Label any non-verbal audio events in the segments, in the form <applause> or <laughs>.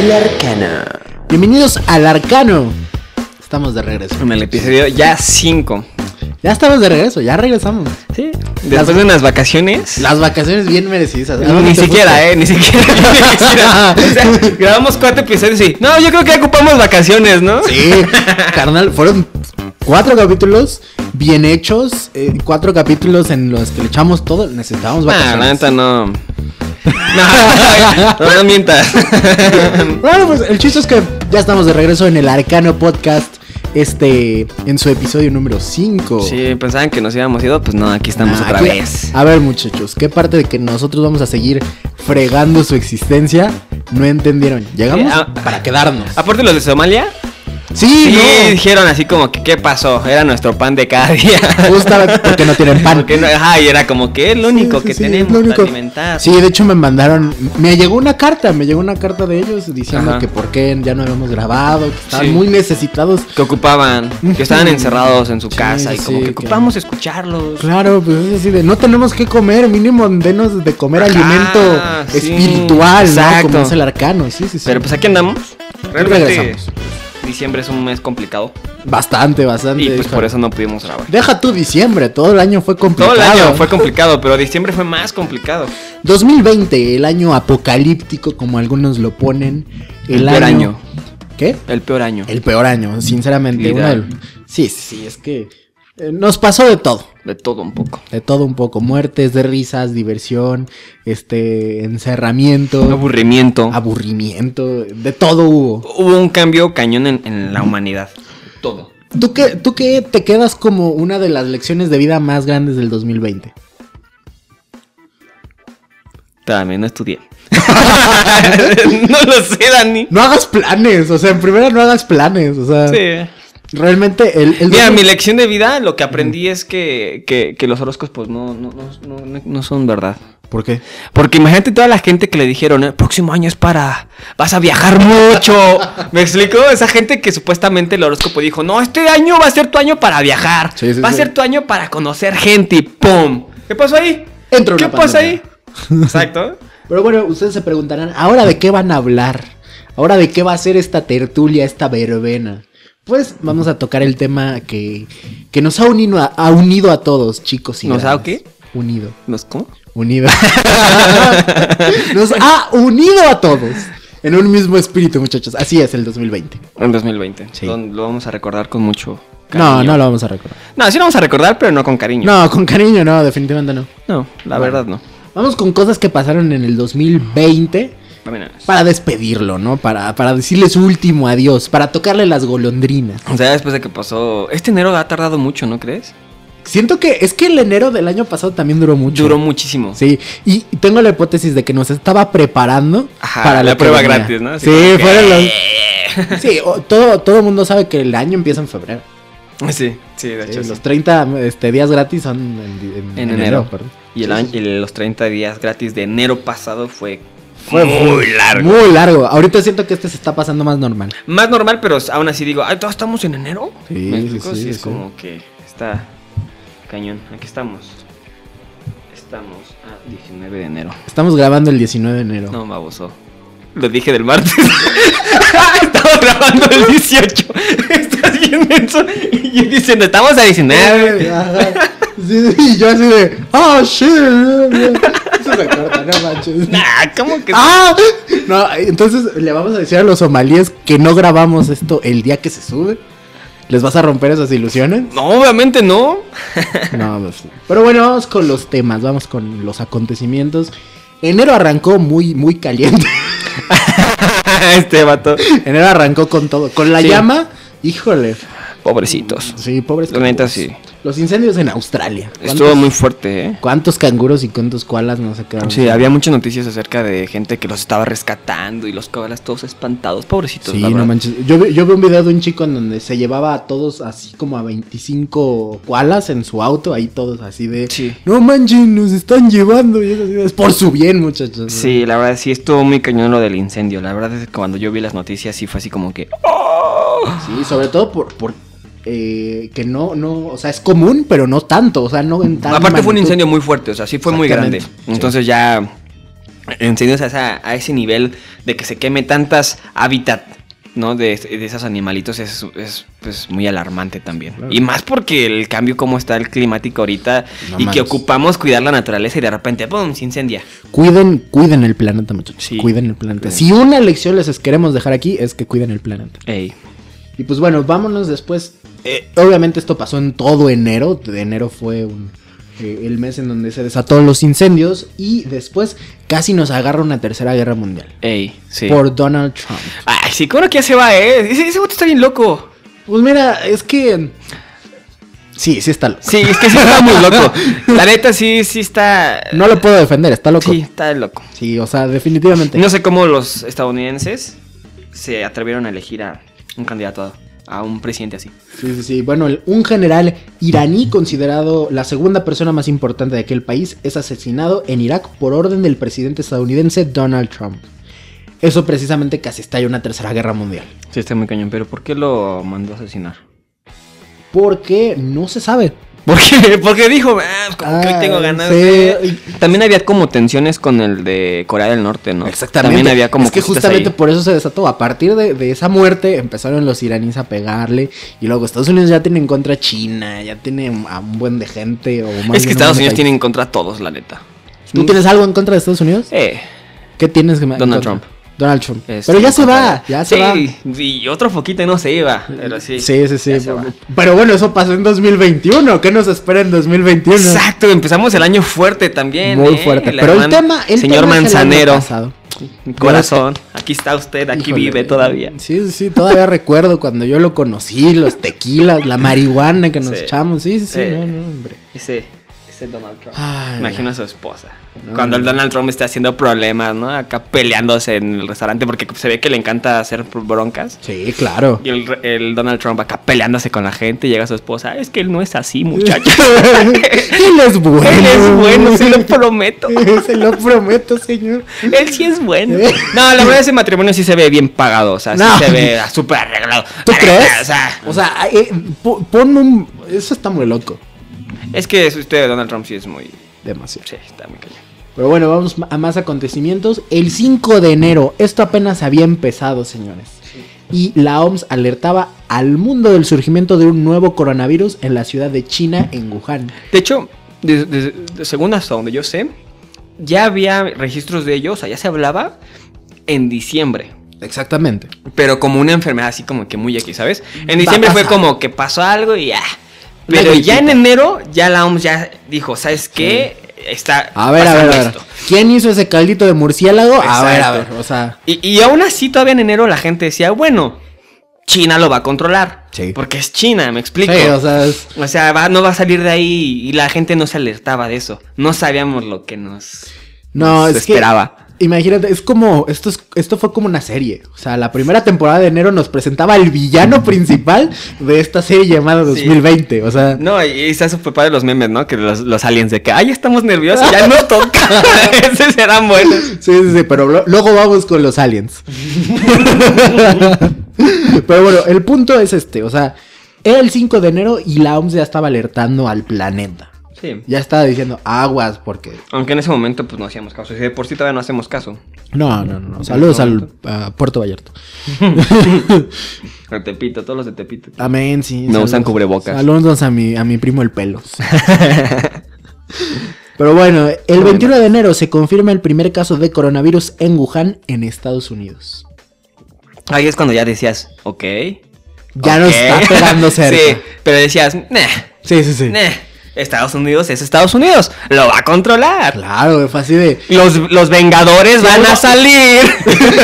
El Arcano. Bienvenidos al Arcano. Estamos de regreso. En el episodio ya 5. Ya estamos de regreso, ya regresamos. Sí. Después de unas vacaciones. Las vacaciones bien merecidas. Ni Algo que te gusta. siquiera, eh, ni siquiera. <laughs> O sea, grabamos cuatro episodios y. No, yo creo que ya ocupamos vacaciones, ¿no? Sí, carnal, fueron cuatro capítulos bien hechos, eh, cuatro capítulos en los que le echamos todo, necesitábamos Nah, Ah, la vacaciones. neta <laughs> no. No, no, no mientas. <laughs> Bueno, pues el chiste es que ya estamos de regreso en el Arcano Podcast, este, en su episodio número 5. Sí, pensaban que nos íbamos ido, pues no, aquí estamos Nah, otra Ah, aquí- vez. A ver, muchachos, ¿qué parte de que nosotros vamos a seguir fregando su existencia no entendieron? Llegamos Eh, ah, para quedarnos. Aparte los de Somalia, sí, sí, no. dijeron así como que qué pasó, era nuestro pan de cada día. Justamente porque no tienen <laughs> pan. Porque no- ajá, y era como que es lo único Sí, sí, que sí, tenemos lo único. para alimentar. Sí, de hecho me mandaron, me llegó una carta, me llegó una carta de ellos diciendo Ajá. que por qué ya no habíamos grabado, que estaban Sí. muy necesitados. Que ocupaban, que <laughs> estaban encerrados en su Sí, casa y sí, como que que- ocupamos escucharlos. Claro, pues es así de no tenemos que comer, mínimo denos de comer Ajá, alimento sí, espiritual, ¿no? exacto. Como es el arcano, sí, sí, sí. Pero pues aquí andamos. Realmente regresamos. diciembre es un mes complicado bastante, bastante. y pues hija. por eso no pudimos grabar. Deja tú diciembre, todo el año fue Todo complicado. el año fue complicado, pero diciembre fue más complicado. 2020, el año apocalíptico, como algunos lo ponen. El, El peor año. ¿Qué? El peor año. El peor año, sinceramente. Uno Literal. del- Sí, sí, sí, es que eh, nos pasó de todo. De todo un poco. De todo un poco. Muertes, de risas, diversión, este, encerramiento, Aburrimiento. aburrimiento, de todo hubo. Hubo un cambio cañón en, en la humanidad. Todo. ¿Tú qué, ¿Tú qué te quedas como una de las lecciones de vida más grandes del 2020? También no estudié. <laughs> no lo sé, Dani. No hagas planes, o sea, en primera no hagas planes, o sea, Sí. realmente el... el Mira, 2000 mi lección de vida, lo que aprendí es que, que, que los horóscopos no, no, no, no, no son verdad. ¿Por qué? Porque imagínate toda la gente que le dijeron, el próximo año es para, vas a viajar mucho. <laughs> ¿Me explico? Esa gente que supuestamente el horóscopo dijo, no, este año va a ser tu año para viajar. Sí, sí, va sí. a ser tu año para conocer gente y ¡pum! ¿Qué pasó ahí? Entró ¿Qué una pasa ahí? pandemia. <laughs> Exacto. Pero bueno, ustedes se preguntarán, ¿ahora de qué van a hablar? ¿Ahora de qué va a ser esta tertulia, esta verbena? Pues vamos a tocar el tema que, que nos ha unido a, ha unido a todos, chicos y ¿Nos ha grandes. qué? Unido, ¿Nos cómo? unido. <laughs> nos ha unido a todos. En un mismo espíritu, muchachos. Así es el 2020. En 2020. Sí. Lo, lo vamos a recordar con mucho No, cariño. no lo vamos a recordar. No, sí lo vamos a recordar, pero no con cariño. No, con cariño, no, definitivamente no. No, la Bueno. verdad no. Vamos con cosas que pasaron en el 2020 Vámonos. para despedirlo, ¿no? Para, para decirle su último adiós, para tocarle las golondrinas. O sea, después de que pasó. Este enero ha tardado mucho, ¿no crees? Siento que es que el enero del año pasado también duró mucho. Duró muchísimo. Sí, y tengo la hipótesis de que nos estaba preparando Ajá, para la lo que prueba venía. gratis, ¿no? Así Sí, como que- "Eh". fueron los... Sí, o- todo, todo mundo sabe que el año empieza en febrero. Sí, sí, de Sí, hecho. sí. los 30 este, días gratis son en, en- En en enero. perdón. Y, el Sí, año- sí, sí. y los 30 días gratis de enero pasado fue, Fue muy largo. Muy largo. Ahorita siento que este se está pasando más normal. Más normal, pero aún así digo, ¿ah, todos estamos en enero? Sí, ¿Me explico? sí, Sí, es sí. como que está cañón. Aquí estamos. Estamos a 19 de enero. Estamos grabando el 19 de enero. No, baboso. Lo dije del martes. <laughs> Estaba grabando el 18. <laughs> Estás bien menso. Y yo diciendo, estamos a <laughs> 19. Ajá. Sí, sí, y yo así de, ah, shit. Eso se corta, no manches. Nah, ¿cómo que? ¡Ah! No, entonces le vamos a decir a los somalíes que no grabamos esto el día que se sube. ¿Les vas a romper esas <laughs> ilusiones? No, obviamente no. <laughs> No, pues, Pero bueno, vamos con los temas, vamos con los acontecimientos. Enero arrancó muy, muy caliente. <laughs> este vato. Enero arrancó con todo. Con la Sí. llama, híjole. Pobrecitos. Sí, pobres. La neta, canguros. sí. Los incendios en Australia. Estuvo ¿Cuántos- muy fuerte, ¿eh? ¿Cuántos canguros y cuántos koalas no se quedaron? Sí, había muchas noticias acerca de gente que los estaba rescatando y los koalas todos espantados, pobrecitos. Sí, la no verdad. manches. Yo, vi- yo vi un video de un chico en donde se llevaba a todos así como a 25 koalas en su auto, ahí todos así de... Sí. No manches, nos están llevando. Y es, así de, "Es por su bien, muchachos. Sí, la verdad sí estuvo muy cañón lo del incendio. La verdad es que cuando yo vi las noticias sí fue así como que... ¡Oh! Sí, sobre todo por... por eh, que no, no, o sea, es común, pero no tanto, o sea, no en tan Aparte fue un magnitud. incendio muy fuerte, o sea, sí fue muy grande. Exactamente, sí. Entonces ya En serio, o sea, es a, a ese nivel de que se queme tantas hábitat, ¿no? De, de esos animalitos es, es, pues, muy alarmante también. Claro. Y más porque el cambio como está el climático ahorita No y que manches. ocupamos cuidar la naturaleza y de repente, ¡pum!, se incendia. Cuiden, cuiden el planeta, muchachos. Sí. Cuiden el planeta. Cuiden. Si una lección les queremos dejar aquí es que cuiden el planeta. Ey. Y pues bueno, vámonos después. Eh, obviamente esto pasó en todo enero. De enero fue un- eh, el mes en donde se desató los incendios y después casi nos agarra una tercera guerra mundial. Ey, sí. Por Donald Trump. Ay, sí, ¿cómo que ya se va, eh? Ese, ese vato está bien loco. Pues mira, es que... Sí, sí está loco. Sí, es que sí está muy <laughs> loco. La neta sí, sí está. No lo puedo defender, está loco. Sí, Sí, está loco. o sea, definitivamente. No sé cómo los estadounidenses se atrevieron a elegir a un candidato a, a un presidente así. Sí, sí, sí. Bueno, el- un general iraní considerado la segunda persona más importante de aquel país es asesinado en Irak por orden del presidente estadounidense Donald Trump. Eso precisamente casi estalla una tercera guerra mundial. Sí, está muy cañón, pero ¿por qué lo mandó a <laughs> asesinar? Porque no se sabe. Porque, porque dijo, "Ah, pues como que hoy Ah, tengo ganas sí. de-". También había como tensiones con el de Corea del Norte, ¿no? También había como es que cositas justamente ahí. por eso se desató. A partir de, de esa muerte empezaron los iraníes a pegarle. Y luego Estados Unidos ya tiene en contra a China, ya tiene a un buen de gente. O más bien Es un que Estados buen de Unidos país. tiene en contra a todos, la neta. ¿Tú tienes algo en contra de Estados Unidos? Eh. ¿Qué tienes que Donald Trump. Donald Trump. este, pero ya se contra- va, ya se sí, va. y otro foquito no se iba, pero sí. Sí, sí, sí. ya se va. Pero bueno, eso pasó en 2021. ¿Qué nos espera en 2021? Exacto, empezamos el año fuerte también. Muy ¿eh? fuerte. La Pero el hermana- tema, el señor tema es el año Manzanero, pasado. corazón, aquí está usted, aquí Híjole. vive todavía. Sí, sí, sí, todavía <laughs> recuerdo cuando yo lo conocí, los tequilas, la marihuana que nos Sí. echamos. Sí, sí, sí, Sí. no, no, hombre. Ese, ese Donald Trump. Ay, Ah, Imagino a su esposa. No, Cuando el no. Donald Trump está haciendo problemas, ¿no? Acá peleándose en el restaurante porque se ve que le encanta hacer broncas. Sí, claro. Y el, re- el Donald Trump acá peleándose con la gente, llega su esposa. Es que él no es así, <laughs> muchacho. Él es bueno. Él es bueno, se lo prometo. <laughs> se lo prometo, señor. Él sí es bueno. No, la verdad ese matrimonio sí se ve bien pagado, o sea, No. sí se ve súper arreglado. ¿Tú La neta, crees? O sea, O sea, eh, po- ponme un... Eso está muy loco. es que usted, Donald Trump, sí es muy... Demasiado. Sí, está muy cañón. Pero bueno, vamos a más acontecimientos. El 5 de enero, esto apenas había empezado, señores. Y la OMS alertaba al mundo del surgimiento de un nuevo coronavirus en la ciudad de China, en Wuhan. De hecho, de- de- de- según hasta donde yo sé, ya había registros de ellos, o sea, ya se hablaba en diciembre. Exactamente. Pero como una enfermedad así como que muy X, ¿sabes? En diciembre fue pasar. como que pasó algo y ya. Una Pero ya en gripita. enero, ya la OMS ya dijo, ¿sabes qué? Está A ver, a ver, pasando a ver. esto". ¿Quién hizo ese caldito de murciélago? A Exacto. ver, a ver. O sea, Y, y aún así, todavía en enero la gente decía, bueno, China lo va a controlar. Sí. Porque es China, me explico. sí, o o sea, sea, es- va- no va a salir de ahí y la gente no se alertaba de eso. No sabíamos lo que nos, no, nos es que- esperaba. Imagínate, es como, esto, es- esto fue como una serie. O sea, la primera temporada de enero nos presentaba <laughs> al villano principal de esta serie llamada Sí. 2020. O sea, No, y, y está súper padre los memes, ¿no? Que los, los aliens de que, ay, estamos nerviosos, ya no toca. <laughs> <laughs> Ese será bueno. Sí, sí, sí, pero lo- luego vamos con los <laughs> aliens. pero bueno, el punto es este, o sea, era el 5 de enero y la OMS ya estaba alertando al planeta. Sí. Ya estaba diciendo aguas porque... Aunque en ese momento, pues no hacíamos caso. Si de por sí todavía no hacemos caso. No, no, no, no. Saludos al a Puerto Vallarta. El Tepito, todos los de Tepito. Amén, sí. No usan cubrebocas. Saludos a mi, a mi primo el <laughs> pelos. Pero bueno, el 21 de enero se confirma el primer caso de coronavirus en Wuhan, en Estados Unidos. Ahí es cuando ya decías, ok. Ya nos ok". está <laughs> pegando sí, cerca. pero decías, nah. Sí, sí, sí. Nah, Estados Unidos es Estados Unidos, lo va a controlar. Claro, güey, fue así de. <laughs> Los, los Vengadores van a salir.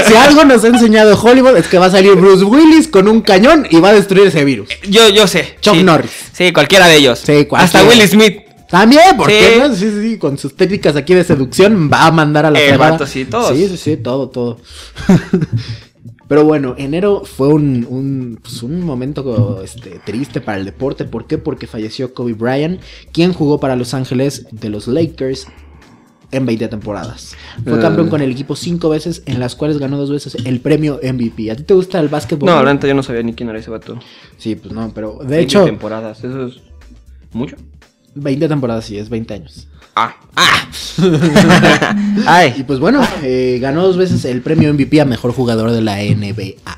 Si algo nos ha enseñado Hollywood es que va a salir Bruce Willis con un cañón y va a destruir ese virus. Yo, yo sé. Chuck sí. Norris. Sí, cualquiera de ellos. Sí, cualquiera. Hasta Will Smith. También, porque Sí. ¿no? Sí, sí, sí, con sus técnicas aquí de seducción va a mandar a la El fregada. vato, sí, todos. Sí, sí, sí, todo, todo. <laughs> Pero bueno, enero fue un, un, pues, un momento este, triste para el deporte. ¿Por qué? Porque falleció Kobe Bryant, quien jugó para Los Ángeles de los Lakers en 20 temporadas. Fue Eh. campeón con el equipo cinco veces, en las cuales ganó dos veces el premio MVP. ¿A ti te gusta el básquetbol? No, la neta yo no sabía ni quién era ese vato. Sí, pues no, pero Ni de hecho, temporadas, eso es mucho. 20 temporadas, sí, es 20 años. Ah. Ah. Y <laughs> Ay. pues bueno, eh, ganó dos veces el premio MVP a mejor jugador de la NBA. Ah,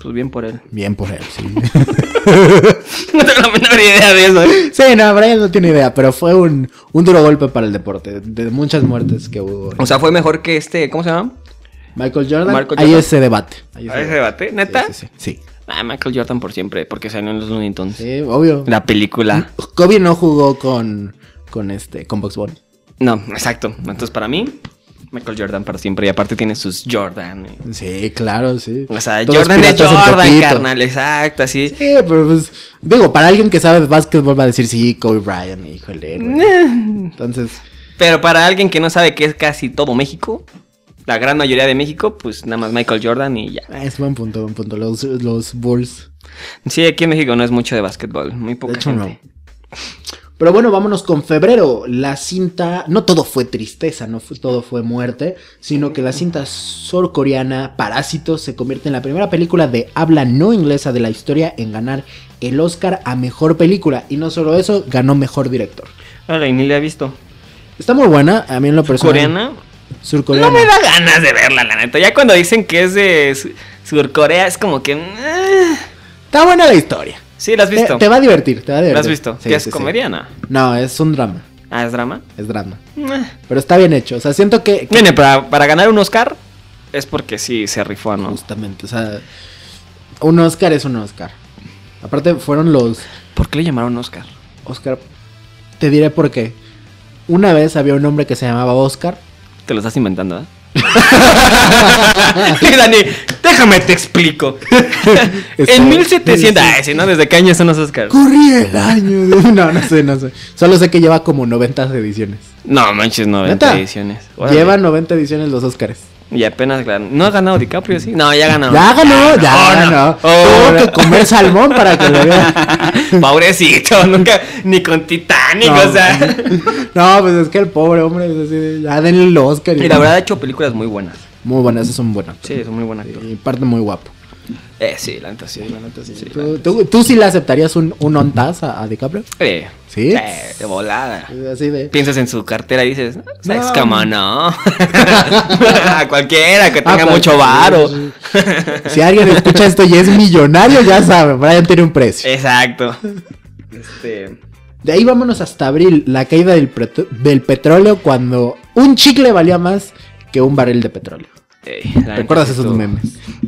Pues bien por él. <laughs> Bien por él, sí. No tengo la menor idea de eso. ¿eh? <laughs> sí, no, Brian no tiene idea, pero fue un, un duro golpe para el deporte. De muchas muertes que hubo. O sea, fue mejor que este. ¿Cómo se llama? Michael Jordan, Michael ahí Jordan. ese debate. Ahí ¿A ese debate? ¿Neta? Sí, sí, sí. Sí, Ah, Michael Jordan por siempre, porque salió en los Looney Tunes. Sí, obvio. La película. Kobe no jugó con, con este, con Box Bunny. No, exacto. Entonces, para mí, Michael Jordan para siempre. Y aparte tiene sus Jordan. eh. Sí, claro, sí. O sea, Todos Jordan es piratas en Jordan, Tepito. carnal. Exacto, así. Sí, pero pues, digo, para alguien que sabe de básquetbol va a decir, sí, Kobe Bryant, <laughs> híjole. güey. Entonces, Pero para alguien que no sabe que es casi todo México, la gran mayoría de México, pues nada más Michael Jordan y ya. es buen punto, buen punto. Los, los Bulls. Sí, aquí en México no es mucho de básquetbol, muy poca De hecho, gente. no. Pero bueno, vámonos con febrero. La cinta, no todo fue tristeza, no fue- todo fue muerte, sino que la cinta surcoreana Parásitos se convierte en la primera película de habla no inglesa de la historia en ganar el Oscar a mejor película. Y no solo eso, ganó mejor director. Ahora, y ni la he visto. Está muy buena, a mí en lo personal. ¿Coreana? Surcoreana. No me da ganas de verla, la neta. Ya cuando dicen que es de Su- Surcorea, es como que... eh. Está buena la historia. Sí, la has Te- visto. Eh, Te, va a divertir, te va a divertir. ¿La has visto? Sí, ¿Que es sí, sí. comediana? No, es un drama. Ah, ¿es drama? Es drama. Eh. Pero está bien hecho. O sea, siento que. que- Mire, para, para ganar un Oscar es porque sí se rifó, ¿no? Justamente. O sea, un Oscar es un Oscar. Aparte, fueron los ¿Por qué le llamaron Oscar? Oscar. Te diré por qué. Una vez había un hombre que se llamaba Oscar. Te lo estás inventando, <laughs> ¿eh? <laughs> Y Dani, déjame te <laughs> explico. en 1700. Ay, si no, desde qué año son los Oscars. Corría el año. de- <laughs> No, no sé, no sé. Solo sé que lleva como 90 ediciones. No, manches, 90 ¿Neta? ediciones. Órale. Lleva 90 ediciones los Oscars. Y apenas gan- ¿No ha ganado DiCaprio, sí? No, ya ha ganado. ya ganó, ya Oh, no. ganó. Oh, Tuvo no. que comer salmón para que lo vea. Pobrecito, <laughs> nunca. <laughs> Ni con Titanic, No, o sea. <laughs> no, pues es que el pobre hombre es así de, ya denle el Oscar. Y la verdad ha hecho películas muy buenas. Muy buenas, esos son buenos. Sí, es un muy buen actor. Y parte muy guapo. Eh, sí, la neta sí. La neta sí. la ¿Tú, neta tú, tú sí le aceptarías un, un on task a, a DiCaprio? sí. Eh, ¿Sí? eh, de volada. Así de. <laughs> Piensas en su cartera y dices, ¿sabes No. cómo no? <laughs> a cualquiera que Ah, tenga pues, mucho varo. sí, sí. Si alguien escucha esto y es millonario, ya sabe, Brian tiene un precio. <laughs> Exacto. Este. De ahí vámonos hasta abril, la caída del, preto- del petróleo cuando un chicle valía más que un barril de petróleo. ey, la neta ¿Recuerdas sí esos estuvo- memes?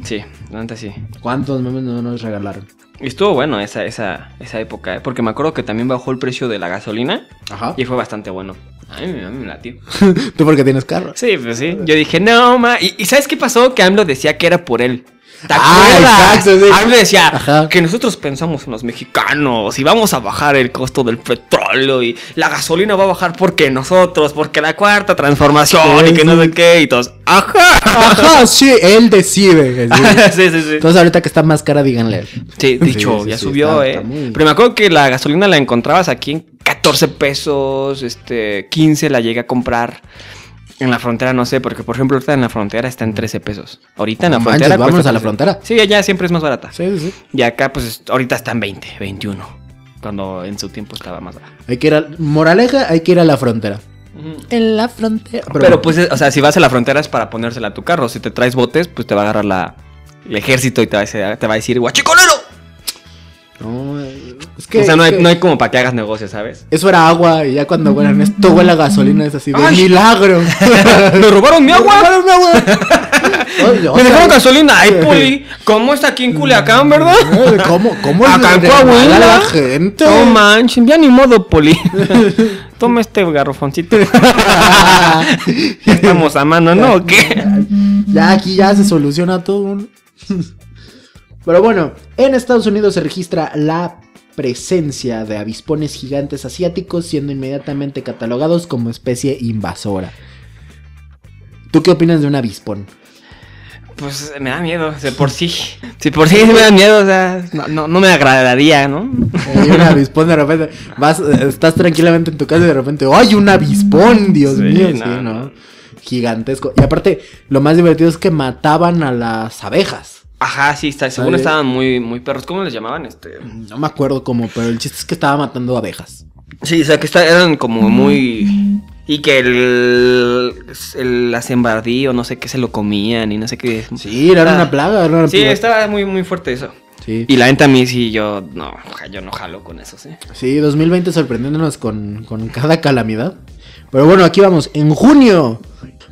Sí, la neta sí. ¿Cuántos memes no nos regalaron? Y estuvo bueno esa, esa, esa época, ¿eh? porque me acuerdo que también bajó el precio de la gasolina Ajá. y fue bastante bueno. A mí, me- a mí me latió. Ah. Tú porque tienes carro. <laughs> Sí, pues sí. Yo dije, no, ma. ¿Y, y sabes qué pasó? Que AMLO decía que era por él. ¿Te Ah, acuerdas? exacto, sí. AMLO decía Ajá. que nosotros pensamos en los mexicanos y vamos a bajar el costo del petróleo y la gasolina va a bajar porque nosotros, porque la cuarta transformación y Sí, que no sé qué y todos. Ajá. Ajá, sí, él decide. así. <laughs> sí, sí, sí. Entonces ahorita que está más cara, díganle. Sí, dicho, <laughs> sí, ya sí, subió, está- eh. está muy- Pero me acuerdo que la gasolina la encontrabas aquí en 14 pesos, este, 15 la llegué a comprar. En la frontera no sé, porque por ejemplo ahorita en la frontera está en 13 pesos. Ahorita en la No manches, frontera. cuesta vámonos a la 13. frontera. Sí, allá siempre es más barata. Sí, sí, sí. Y acá pues es- ahorita está en 20, 21. Cuando en su tiempo estaba más barata. Hay que ir a... Moraleja, hay que ir a la frontera. En la frontera. Pero, pues, es- o sea, si vas a la frontera es para ponérsela a tu carro. Si te traes botes, pues te va a agarrar la, el ejército y te va a decir, te va a decir, guachicolero. No, eh, es que, O sea, no es hay, que no hay como para que hagas negocio, ¿sabes? <laughs> Eso era agua y ya cuando huelan esto huele a gasolina es así de ¡Ay! <laughs> milagro. ¡Me robaron mi agua! ¡Me robaron mi agua! <laughs> Oye, ¡Me otra dejaron vez. gasolina! <laughs> <laughs> ¡Ay, Poli! ¿Cómo está aquí en Culiacán, verdad? Ay, ¿Cómo, cómo Acá en le regala Coahuila. a la gente? No <laughs> manches, ya ni modo, <laughs> Poli. Toma este <laughs> garrafoncito. Ya Estamos a mano, ¿no? ¿O qué? Ya aquí ya se soluciona todo. un- <laughs> Pero bueno, en Estados Unidos se registra la presencia de avispones gigantes asiáticos siendo inmediatamente catalogados como especie invasora. ¿Tú qué opinas de un avispón? Pues me da miedo, de por sí. Si por sí me da miedo, o sea, no, no, no me agradaría, ¿no? <laughs> Hay un avispón de repente, vas, eh, estás tranquilamente en tu casa y de repente, ¡ay, un avispón! Dios Sí, mío, no, Mm, sí, ¿no? no. Gigantesco. Y aparte, lo más divertido es que mataban a las abejas. Ajá, sí, está, según Ay. estaban muy, muy perros. ¿Cómo les llamaban? Este. No me acuerdo cómo, pero el chiste es que estaba matando abejas. Sí, o sea, que está- eran como muy... Y que el, el acembardí o no sé qué se lo comían y no sé qué... Sí, era Ah. una plaga, era una Sí, plaga. estaba muy, muy fuerte eso. Sí. Y la neta a mí sí, yo no, yo no jalo con eso, sí. Sí, 2020 sorprendiéndonos con, con cada calamidad. Pero bueno, aquí vamos, en junio.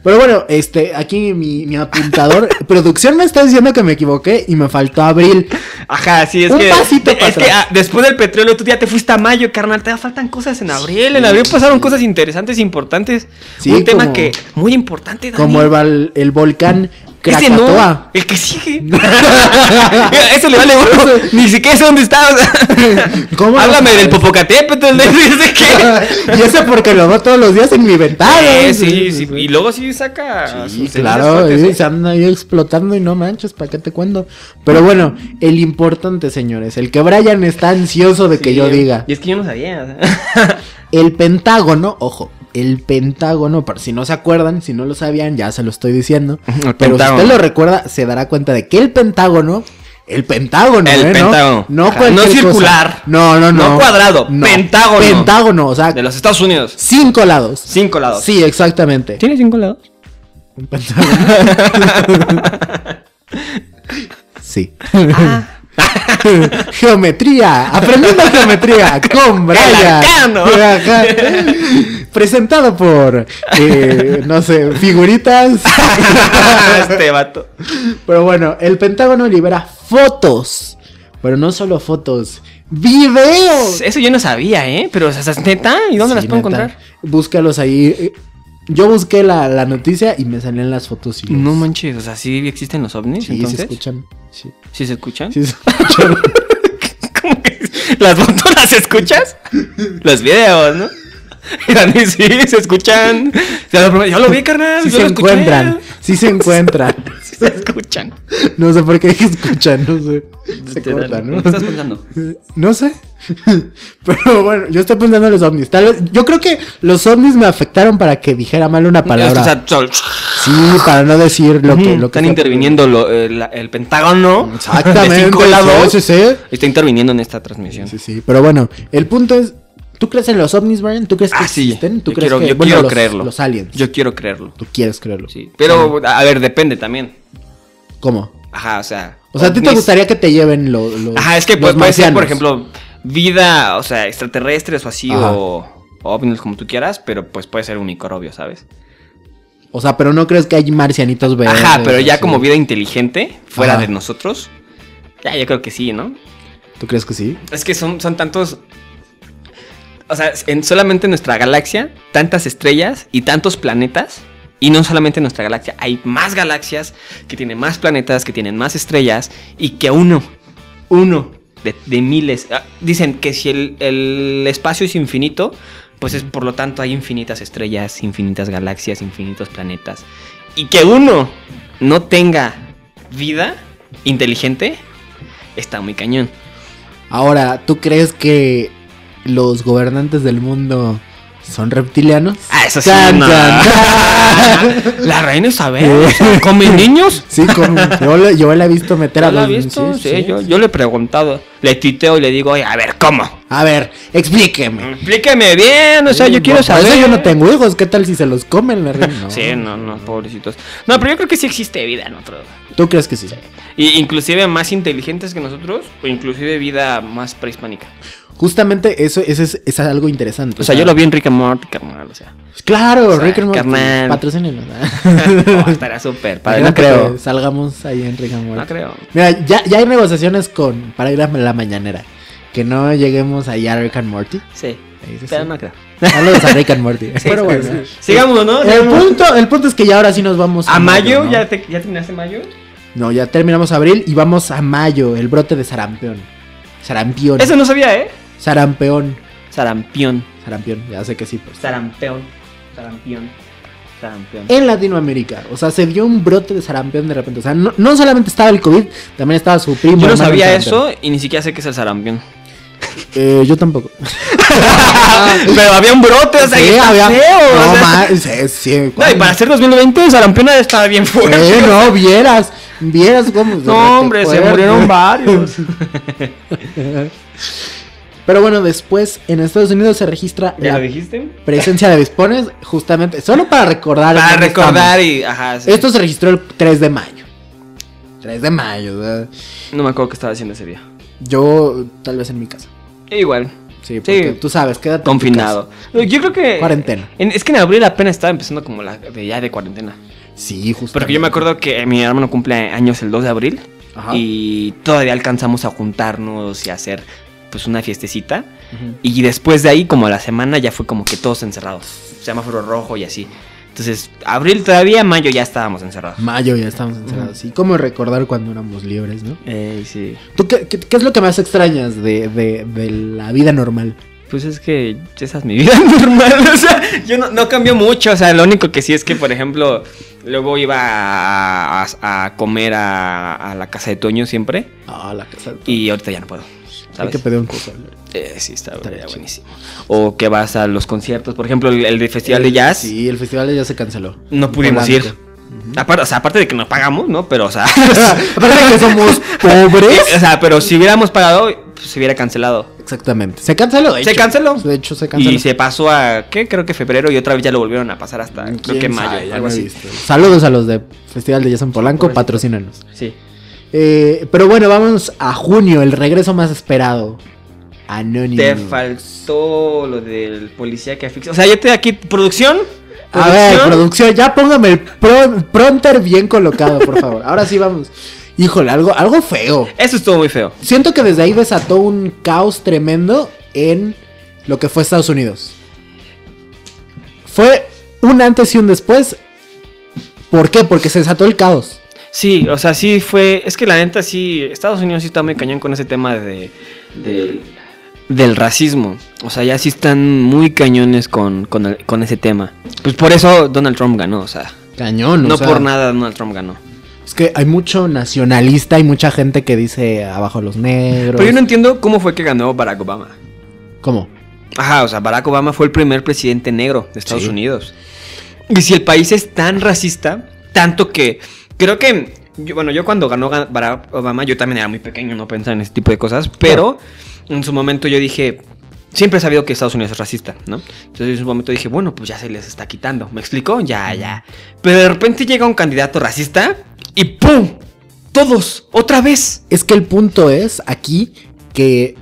Pero bueno, este, aquí mi, <laughs> mi apuntador, producción me está diciendo que me equivoqué y me faltó abril. Ajá, sí, es Un que. pasito es para que atrás. ah, después del petróleo, tú ya te fuiste a mayo, carnal. Te faltan cosas en abril. En abril pasaron cosas interesantes, importantes. Sí, Un tema como- que. Muy importante, Dani. Como el, val- el volcán Ese no, <laughs> Krakatoa. el que sigue. Mira, Eso le vale oro. Ni siquiera sé dónde estabas. ¿Cómo no Háblame sabes? del Popocatépetl. de- de <laughs> qué? <laughs> y eso porque lo veo todos los días en mi ventana. Eh, sí, sí, Y luego sí saca. Sí, Ah, sus teorías claro, fuertes, sí, ¿eh? se anda ahí explotando y no manches, ¿para qué te cuento? Pero bueno, el importante, señores, el que Brian está ansioso de que Sí, yo diga. Y es que yo no sabía. El Pentágono, ojo, el Pentágono, por si no se acuerdan, si no lo sabían, ya se lo estoy diciendo. <laughs> El pero si Pentágono. usted lo recuerda, se dará cuenta de que el Pentágono, el Pentágono, El eh, ¿no? Pentágono. no, Ajá, cualquier no cosa. circular. no, no, no, No cuadrado, pentágono. Pentágono, o <laughs> sea, De los Estados Unidos. cinco lados. Cinco lados. Sí, exactamente. ¿Tiene cinco lados? <laughs> Un pentágono. sí. Ah. geometría. Aprendiendo geometría con Brian. arcano. Ajá. Presentado por, eh, no sé, figuritas. <laughs> este vato. Pero bueno, el Pentágono libera fotos. Pero no solo fotos, videos. Eso yo no sabía, ¿eh? Pero, o sea, ¿es neta? ¿Y dónde las Sí, puedo neta. encontrar? Búscalos ahí. Yo busqué la, la noticia y me salían las fotos. Y los- No manches, o sea, ¿sí existen los ovnis? Sí, entonces? se escuchan. Sí, ¿Sí se escuchan? sí se escuchan. <laughs> ¿Cómo que es? ¿Las fotos las escuchas? los videos, ¿no? <laughs> Y a mí sí, se escuchan. Te lo prometo, Yo lo vi, carnal. Sí yo se lo escuché. encuentran. Sí <laughs> se encuentran. Sí se escuchan. No sé por qué dije escuchan, no sé. Se Te- corta, ¿no? ¿Qué estás pensando? <laughs> No sé. <laughs> Pero bueno, yo estoy pensando en los ovnis. Tal vez, yo creo que los ovnis me afectaron para que dijera mal una O palabra. sea, sol- Sí, para no decir lo que... Lo que Están interviniendo lo- el, el Pentágono. <laughs> de Exactamente. cinco lados. Sí, sí, sí. Está interviniendo en esta transmisión. Sí, sí. Pero bueno, el punto es... ¿Tú crees en los ovnis, Brian? ¿Tú crees que Ah, sí. existen? ¿Tú Yo crees quiero- que yo bueno, quiero los, creerlo. los aliens? Yo quiero creerlo. Tú quieres creerlo. Sí. Pero, a a ver, depende también. ¿Cómo? Ajá, o sea. O sea, ¿a ti te ovnis- gustaría que te lleven lo- los Ajá, es que los puede, puede ser, por marcianos? ejemplo, vida, o sea, extraterrestres o así, Ajá. o o ovnis, como tú quieras, pero pues puede ser un obvio, ¿sabes? O sea, pero no crees que hay marcianitos verdes. Ajá, pero ya así? como vida inteligente, fuera Ajá. de nosotros. Ya, yo creo que sí, ¿no? ¿Tú crees que sí? Es que son, son tantos. O sea, en solamente nuestra galaxia, tantas estrellas y tantos planetas. Y no solamente en nuestra galaxia, hay más galaxias que tienen más planetas, que tienen más estrellas. Y que uno, uno de, de miles. ah, Dicen que si el, el espacio es infinito, pues es por lo tanto hay infinitas estrellas, infinitas galaxias, infinitos planetas. Y que uno no tenga vida inteligente, está muy cañón. Ahora, ¿tú crees que los gobernantes del mundo son reptilianos? Ah, eso sí. Chan, no. chan, chan. <laughs> La reina Isabel. ¿Comen niños? <laughs> Sí, con- yo, le- yo la he visto meter a ¿Ya la los has visto? Sí, Yo, yo le he preguntado. Le tuiteo y le digo, oye, a ver, ¿cómo? A ver, explíqueme. Explíqueme bien, o sea, yo Sí, quiero por saber. eso yo no tengo hijos, ¿qué tal si se los comen la reina? <laughs> No. Sí, no, no, pobrecitos. No, pero yo creo que sí existe vida en otro. ¿Tú crees que sí? Y inclusive más inteligentes que nosotros, o inclusive vida más prehispánica. Justamente eso, eso es, es algo interesante. O sea, yo lo vi en Rick and Morty, carnal, o <laughs> sea. Pues Claro, O sea, Rick and Morty, carnal. <laughs> patrocínenos, ¿eh? Oh, <laughs> estará súper padre. No Imagínate creo. que Salgamos ahí en Rick and Morty. No creo. Mira, ya, ya hay negociaciones con para ir a la mañanera. Que no lleguemos allá a Rick and Morty. Sí. Ahí sí, Pero sí. no creo. Saludos a Rick <laughs> and Morty. Pero bueno. Sigamos, ¿no? El punto, el punto es que ya ahora sí nos vamos ¿A mayo? Eh, ¿no? ¿Ya, te- ¿Ya terminaste mayo? No, ya terminamos abril y vamos a mayo, el brote de sarampión. Sarampión. Eso no sabía, ¿eh? Sarampeón. Sarampión. Sarampión, ya sé que sí. pues. Sarampeón. Sarampión. Sarampión. En Latinoamérica, o sea, se vio un brote de sarampión de repente. O sea, no, no solamente estaba el COVID, también estaba su primo. Yo no hermano, sabía el sarampión. eso y ni siquiera sé qué es el sarampión. Eh, yo tampoco. <laughs> Pero había un brote, <laughs> o sea, Ah, Sí, y está había- feo, o No, sea. ma- sí, sí, No, y ¿cuál? para hacer 2020, el sarampión estaba bien fuerte. Eh, no, vieras, vieras cómo. <laughs> No, hombre, se murieron varios. Pero bueno, después en Estados Unidos se registra ¿Ya la lo dijiste? presencia de avispones, justamente, solo para recordar. Para dónde recordar y. Ajá. sí. estamos. Esto se registró el 3 de mayo. 3 de mayo, o sea, No me acuerdo qué estaba haciendo ese día. yo tal vez en mi casa. Igual, Sí, porque tú sabes, quédate. en tu confinado. No, yo creo que. Cuarentena. en- es que en abril apenas estaba empezando como la de ya de cuarentena. casa. Sí, justo. Porque yo me acuerdo que mi hermano cumple años el 2 de abril. Ajá. Y todavía alcanzamos a juntarnos y a hacer pues una fiestecita. Y después de ahí, como a la semana, ya fue como que todos encerrados. Semáforo rojo y así. Entonces, abril todavía, mayo ya estábamos encerrados. Mayo ya estamos encerrados. Sí, como recordar cuando éramos libres, ¿no? Eh, sí. ¿Tú qué, qué- qué es lo que más extrañas de, de- de la vida normal? Pues es que esa es mi <laughs> vida normal, o sea, yo no, no cambio mucho, o sea, lo único que sí es que, por ejemplo, luego iba a, a- a comer a, a la casa de Toño siempre Ah, la casa. y ahorita ya no puedo, Hay ¿sabes? que pedir un curso. Eh, sí, está, Está estaría chido. buenísimo. O que vas a los conciertos, por ejemplo, el, el de Festival de Jazz, Eh, Sí, el festival de jazz se canceló. no pudimos Polanco. ir. Aparte, o sea, aparte de que nos pagamos, ¿no? Pero, o sea, <laughs> <laughs> Aparte de que somos o pobres. sea, pero si hubiéramos pagado, pues, se hubiera cancelado. Exactamente. Se canceló. de Se hecho. canceló. De hecho, se canceló. Y se pasó a, ¿qué? Creo que febrero y otra vez ya lo volvieron a pasar hasta, creo Mm, ¿Quién que sabe? mayo, Ya algo no he así. visto. Saludos a los de Festival de Jazz en Polanco, Pobrecito. patrocínanos. Sí. Eh, pero bueno, vamos a junio, el regreso más esperado. Anónimo. Te faltó lo del policía que asfixia. O sea, yo te aquí producción. A ver, producción, ya póngame el pro- pronter bien colocado, por favor. <laughs> Ahora sí vamos. Híjole, algo, algo feo. Eso estuvo muy feo. Siento que desde ahí desató un caos tremendo en lo que fue Estados Unidos. Fue un antes y un después. ¿Por qué? Porque se desató el caos. Sí, o sea, sí fue. Es que la neta sí. Estados Unidos sí está muy cañón con ese tema de. del- del racismo. O sea, ya sí están muy cañones con, con, el- con ese tema. Pues por eso Donald Trump ganó, o sea. Cañón, o No sea, por nada Donald Trump ganó. Es que hay mucho nacionalista y mucha gente que dice abajo los negros. Pero yo no entiendo cómo fue que ganó Barack Obama. ¿Cómo? Ajá, o sea, Barack Obama fue el primer presidente negro de Estados Sí. Unidos. Y si el país es tan racista, tanto que creo que, yo- bueno, yo cuando ganó ga- Barack Obama, yo también era muy pequeño, no pensaba en ese tipo de cosas, pero en su momento yo dije, siempre he sabido que Estados Unidos es racista, ¿no? Entonces en su momento dije, bueno, pues ya se les está quitando, ¿me explico? Ya, ya. Pero de repente llega un candidato racista y ¡pum! Todos, otra vez. Es que el punto es aquí que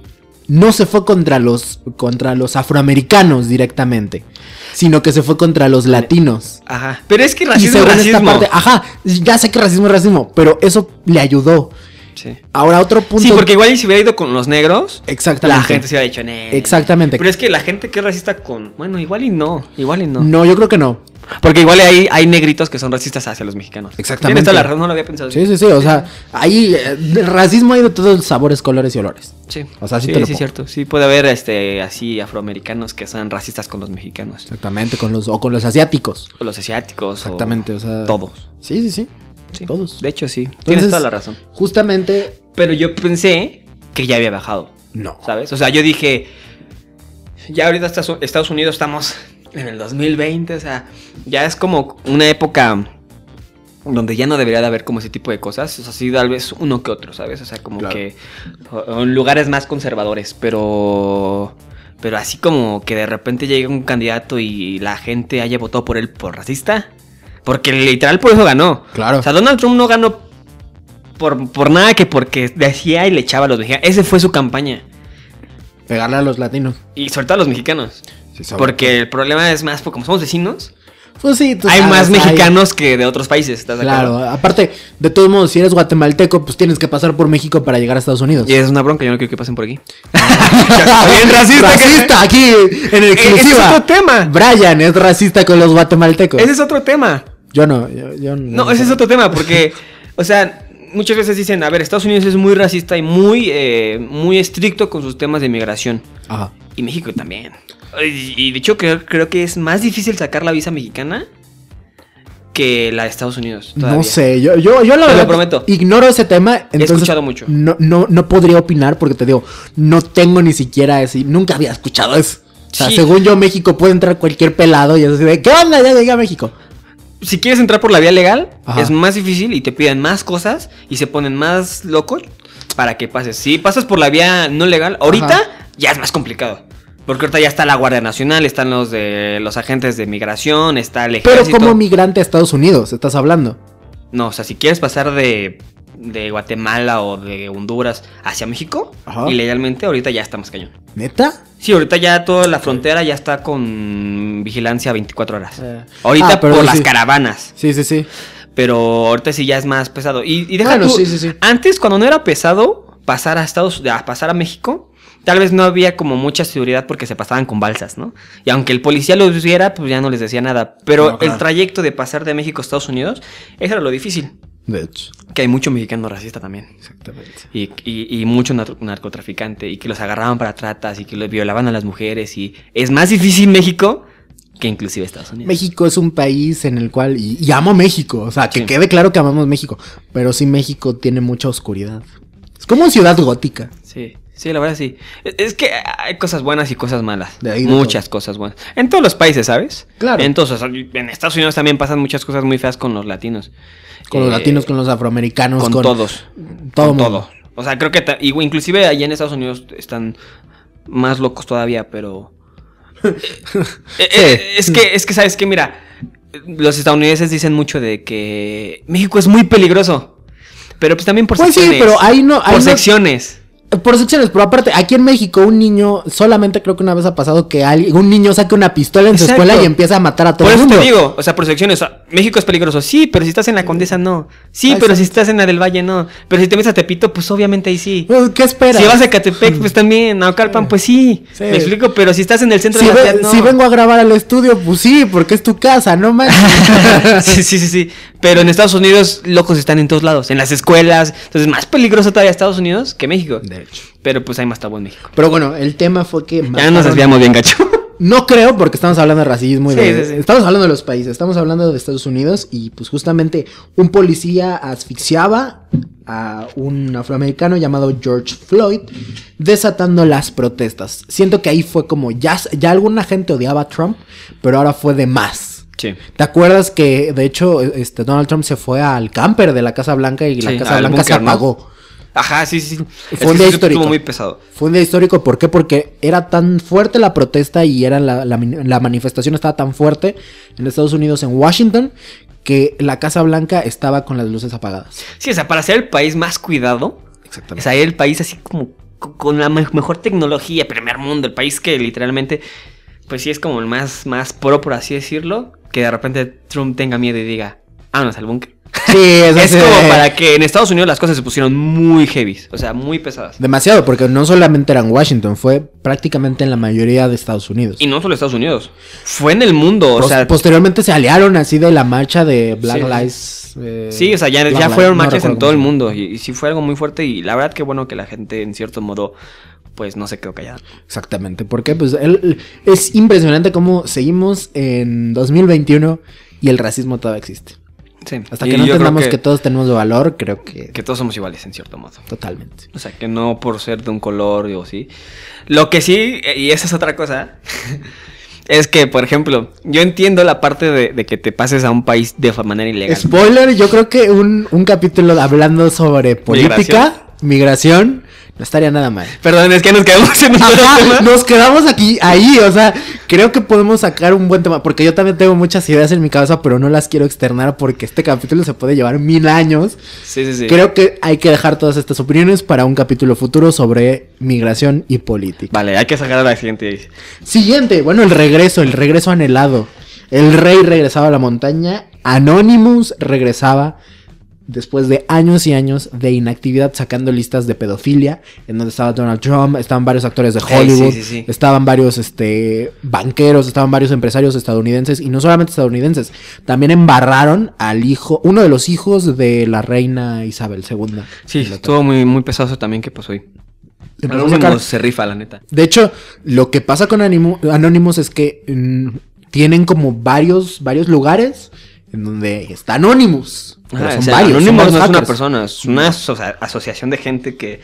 no se fue contra los contra los afroamericanos directamente, sino que se fue contra los latinos. Ajá. Pero es que Y racismo es según esta racismo. parte, ah, ajá, ya sé que racismo es racismo, pero eso le ayudó. Sí. Ahora otro punto. Sí, porque igual y si hubiera ido con los negros, exactamente. la gente se hubiera dicho, "Nee". Exactamente. Pero es que la gente que es racista con. Bueno, igual y no. Igual y no. no. yo creo que no. Porque igual hay, hay negritos que son racistas hacia los mexicanos. Exactamente. Tienes toda la razón, no lo había pensado. Sí, sí, sí, o sea, ahí eh, el racismo hay de todos los sabores, colores y olores. Sí. O sea, sí sí, te lo sí, pongo. cierto. Sí, puede haber este, así afroamericanos que sean racistas con los mexicanos. Exactamente, con los o con los asiáticos. O los asiáticos. o Exactamente, o sea, Todos. Sí, sí, sí. Sí. Todos. De hecho, sí. Tienes Entonces- toda la razón. Justamente Pero yo pensé que ya había bajado. no. ¿Sabes? O sea, yo dije, ya ahorita Estados- Estados Unidos estamos en el 2020, o sea, ya es como una época donde ya no debería de haber como ese tipo de cosas, o sea, sí, tal vez uno que otro, ¿sabes? O sea, como Claro. que o- en lugares más conservadores, pero... Pero así como que de repente llegue un candidato y la gente haya votado por él por racista. Porque literal por eso ganó. Claro. O sea, Donald Trump no ganó por, por nada que porque decía y le echaba a los mexicanos. Esa fue su campaña. Pegarle a los latinos. Y sobre todo a los mexicanos. Porque el problema es más, porque como somos vecinos, Pues sí, tú hay sabes, más hay- mexicanos que de otros países, ¿estás de Claro, acuerdo? aparte, de todos modos, si eres guatemalteco, pues tienes que pasar por México para llegar a Estados Unidos. Y es una bronca, yo no quiero que pasen por <laughs> aquí. Bien racista, que- Racista, aquí en Eh, Ese es exclusiva. otro tema. Brian es racista con los guatemaltecos. Ese es otro tema. Yo no, yo, yo No, ese es otro tema, porque, o sea, muchas veces dicen, a ver, Estados Unidos es muy racista y muy, eh, muy estricto con sus temas de migración. Ajá. Y México también. Y, y de hecho creo, creo que es más difícil sacar la visa mexicana que la de Estados Unidos. No todavía. sé, yo, yo, yo la Te lo verdad prometo. ignoro ese tema. entonces escuchado mucho. No, no, no podría opinar porque te digo, no tengo ni siquiera ese, nunca había escuchado eso. O sea, Sí. según yo, México puede entrar cualquier pelado y es así de, ¿qué onda? Ya llegué a México. Si quieres entrar por la vía legal, Ajá. es más difícil y te piden más cosas y se ponen más locos para que pases. Si pasas por la vía no legal, ahorita Ajá. ya es más complicado. Porque ahorita ya está la Guardia Nacional, están los de los agentes de migración, está el Pero ejército. como migrante a Estados Unidos, estás hablando. No, o sea, si quieres pasar de, de Guatemala o de Honduras hacia México, Ajá. ilegalmente, ahorita ya está más cañón. ¿Neta? Sí, ahorita ya toda la frontera ya está con vigilancia 24 horas. Eh. Ahorita Ah, pero por sí. las caravanas, Sí, sí, sí. pero ahorita sí ya es más pesado. Y, y deja Bueno, tú, sí, sí, sí. antes cuando no era pesado pasar a Estados a pasar a México, tal vez no había como mucha seguridad porque se pasaban con balsas, ¿no? Y aunque el policía los viera, pues ya no les decía nada. Pero No, claro. el trayecto de pasar de México a Estados Unidos, eso era lo difícil. De hecho. Que hay mucho mexicano racista también. Exactamente. Y, y- y mucho nar- narcotraficante. Y que los agarraban para tratas y que los violaban a las mujeres. Y es más difícil México que inclusive Estados Unidos. México es un país en el cual. Y, y amo México. O sea, que Sí. quede claro que amamos México. Pero sí, México tiene mucha oscuridad. Es como ciudad gótica. Sí, sí, la verdad sí. Es- Es que hay cosas buenas y cosas malas. De ahí de muchas cosas buenas. En todos los países, ¿sabes? Claro. Entonces, en Estados Unidos también pasan muchas cosas muy feas con los latinos. Con los Eh, latinos, con los afroamericanos, con, con, todos. todo con mundo. todo. O sea, creo que ta- y- inclusive allá en Estados Unidos están más locos todavía, <laughs> pero Eh, eh, es que es que sabes que mira, los estadounidenses dicen mucho de que México es muy peligroso. Pero pues también por Pues sí, secciones. pero ahí no- ahí por no- secciones. Por secciones, pero aparte, aquí en México, un niño, solamente creo que una vez ha pasado que alguien- un niño saque una pistola en su Exacto. escuela y empieza a matar a todo Por el eso mundo. te digo, o sea, por secciones. o sea, México es peligroso, sí, pero si estás en la Condesa, no. Sí, Ah, pero si exacto. estás en la del Valle, no. Pero si te metes a Tepito, pues obviamente ahí sí. Eh, ¿Qué esperas? Si vas a Catepec, pues también, a Ocalpan, pues sí. Sí. Me explico, pero si estás en el centro si, de la ve- ciudad, no. si vengo a grabar al estudio, pues sí, porque es tu casa, no manches. <laughs> sí, sí, sí, sí. Pero en Estados Unidos, locos están en todos lados, en las escuelas. Entonces, más peligroso todavía Estados Unidos que México. <laughs> De hecho. Pero pues hay más tabú en México. Pero bueno, el tema fue que. Ya nos desviamos bien, gacho. No creo, porque estamos hablando de racismo y Sí, de- sí, sí. Estamos hablando de los países, estamos hablando de Estados Unidos y pues justamente un policía asfixiaba a un afroamericano llamado George Floyd, desatando las protestas. Siento que ahí fue como ya, ya alguna gente odiaba a Trump, pero ahora fue de más. Sí. ¿Te acuerdas que de hecho este, Donald Trump se fue al camper de la Casa Blanca y la Sí, Casa al Blanca se búnker, ¿no? apagó? Ajá, sí, sí. sí. Es que un día sí histórico. Estuvo muy pesado. Fue un día histórico, ¿por qué? Porque era tan fuerte la protesta y era la, la min- la manifestación estaba tan fuerte en Estados Unidos, en Washington, que la Casa Blanca estaba con las luces apagadas. Sí, o sea, para ser el país más cuidado, O Exactamente. sea, el país así como co- con la me- mejor tecnología, primer mundo, el país que literalmente, pues sí es como el más, más pro, por así decirlo, que de repente Trump tenga miedo y diga, vámonos al búnker. Sí, Pues es, Es así de- como para que en Estados Unidos las cosas se pusieron muy heavy, o sea, muy pesadas. Demasiado, porque no solamente era en Washington, fue prácticamente en la mayoría de Estados Unidos. Y no solo Estados Unidos, fue en el mundo, o Pos- sea, posteriormente se aliaron así de la marcha de Black Sí. Lives. eh, sí, o sea, ya, Black ya Lives, fueron no marchas recuerdo en todo cómo el se llama. mundo y, y sí fue algo muy fuerte y la verdad que bueno que la gente en cierto modo, pues no se quedó callada. Exactamente, porque pues el- es impresionante cómo seguimos en 2021 y el racismo todavía existe. Sí. Hasta Y que no yo creo entendamos que... todos tenemos valor, creo que, que todos somos iguales en cierto modo. totalmente. O sea, que no por ser de un color o sí. Lo que sí, eh, y esa es otra cosa, <laughs> es que, por ejemplo, yo entiendo la parte de, de que te pases a un país de fa- manera ilegal. Spoiler, yo creo que un, un capítulo hablando sobre política, migración, no estaría nada mal. Perdón, es que nos quedamos en un solo Ajá, tema. nos quedamos aquí, ahí, o sea, creo que podemos sacar un buen tema, porque yo también tengo muchas ideas en mi cabeza, pero no las quiero externar porque este capítulo se puede llevar mil años. Sí, sí, sí. Creo que hay que dejar todas estas opiniones para un capítulo futuro sobre migración y política. Vale, hay que sacar a la siguiente. Siguiente, bueno, el regreso, el regreso anhelado. El rey regresaba a la montaña, Anonymous regresaba después de años y años de inactividad sacando listas de pedofilia, en donde estaba Donald Trump, estaban varios actores de Hey, Hollywood, sí, sí, sí. estaban varios este, banqueros, estaban varios empresarios estadounidenses, y no solamente estadounidenses, también embarraron al hijo, uno de los hijos de la reina Isabel II. Sí, estuvo muy, muy pesado eso también que pasó hoy. Le podemos sacar- Anonymous se rifa, la neta. de hecho, lo que pasa con Animo- Anonymous es que mm, tienen como varios, varios lugares en donde está Anonymous. Pero Ajá, son Ah, o sea, varios, son Anonymous varios no es una hackers. persona, es una aso- asociación de gente que,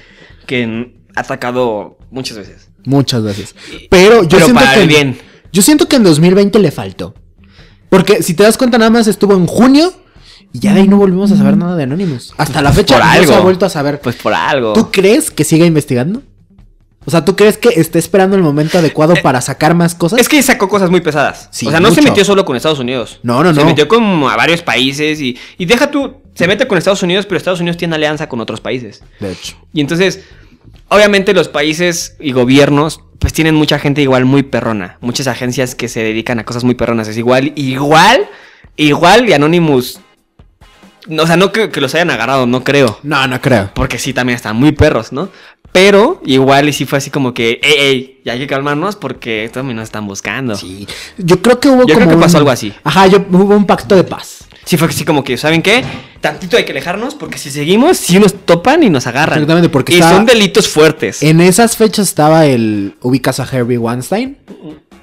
que ha atacado muchas veces. Muchas veces. Pero yo Pero siento para que. el bien. Yo siento que en 2020 le faltó. Porque si te das cuenta, nada más estuvo en junio y ya de ahí no volvimos a saber nada de Anonymous. Hasta la fecha Por no se algo. ha vuelto a saber. Pues por algo. ¿Tú crees que siga investigando? O sea, ¿tú crees que está esperando el momento adecuado para sacar más cosas? Eh, Es que sacó cosas muy pesadas. Pues Sí, o sea, no se mucho. metió solo con Estados Unidos. No, no, se no. Se metió como a varios países y, y deja tú, se mete con Estados Unidos, pero Estados Unidos tiene alianza con otros países. De hecho. Y entonces, obviamente los países y gobiernos pues tienen mucha gente igual muy perrona, muchas agencias que se dedican a cosas muy perronas, es igual, igual, igual y Anonymous. No, O sea, no creo que los hayan agarrado, no creo, No, no creo. porque sí también están muy perros, ¿no? Pero igual y sí fue así como que, ey, ey, ya hay que calmarnos porque también nos están buscando. Sí, Sí. Yo creo que hubo Yo creo como que pasó un- algo así. Ajá, yo, hubo un pacto de paz. fue así como que, ¿saben qué? Tantito hay que alejarnos porque si seguimos, sí nos topan y nos agarran. Exactamente, porque Ah, y está- son delitos fuertes. En esas fechas estaba el. ¿Ubicas a Harvey Weinstein?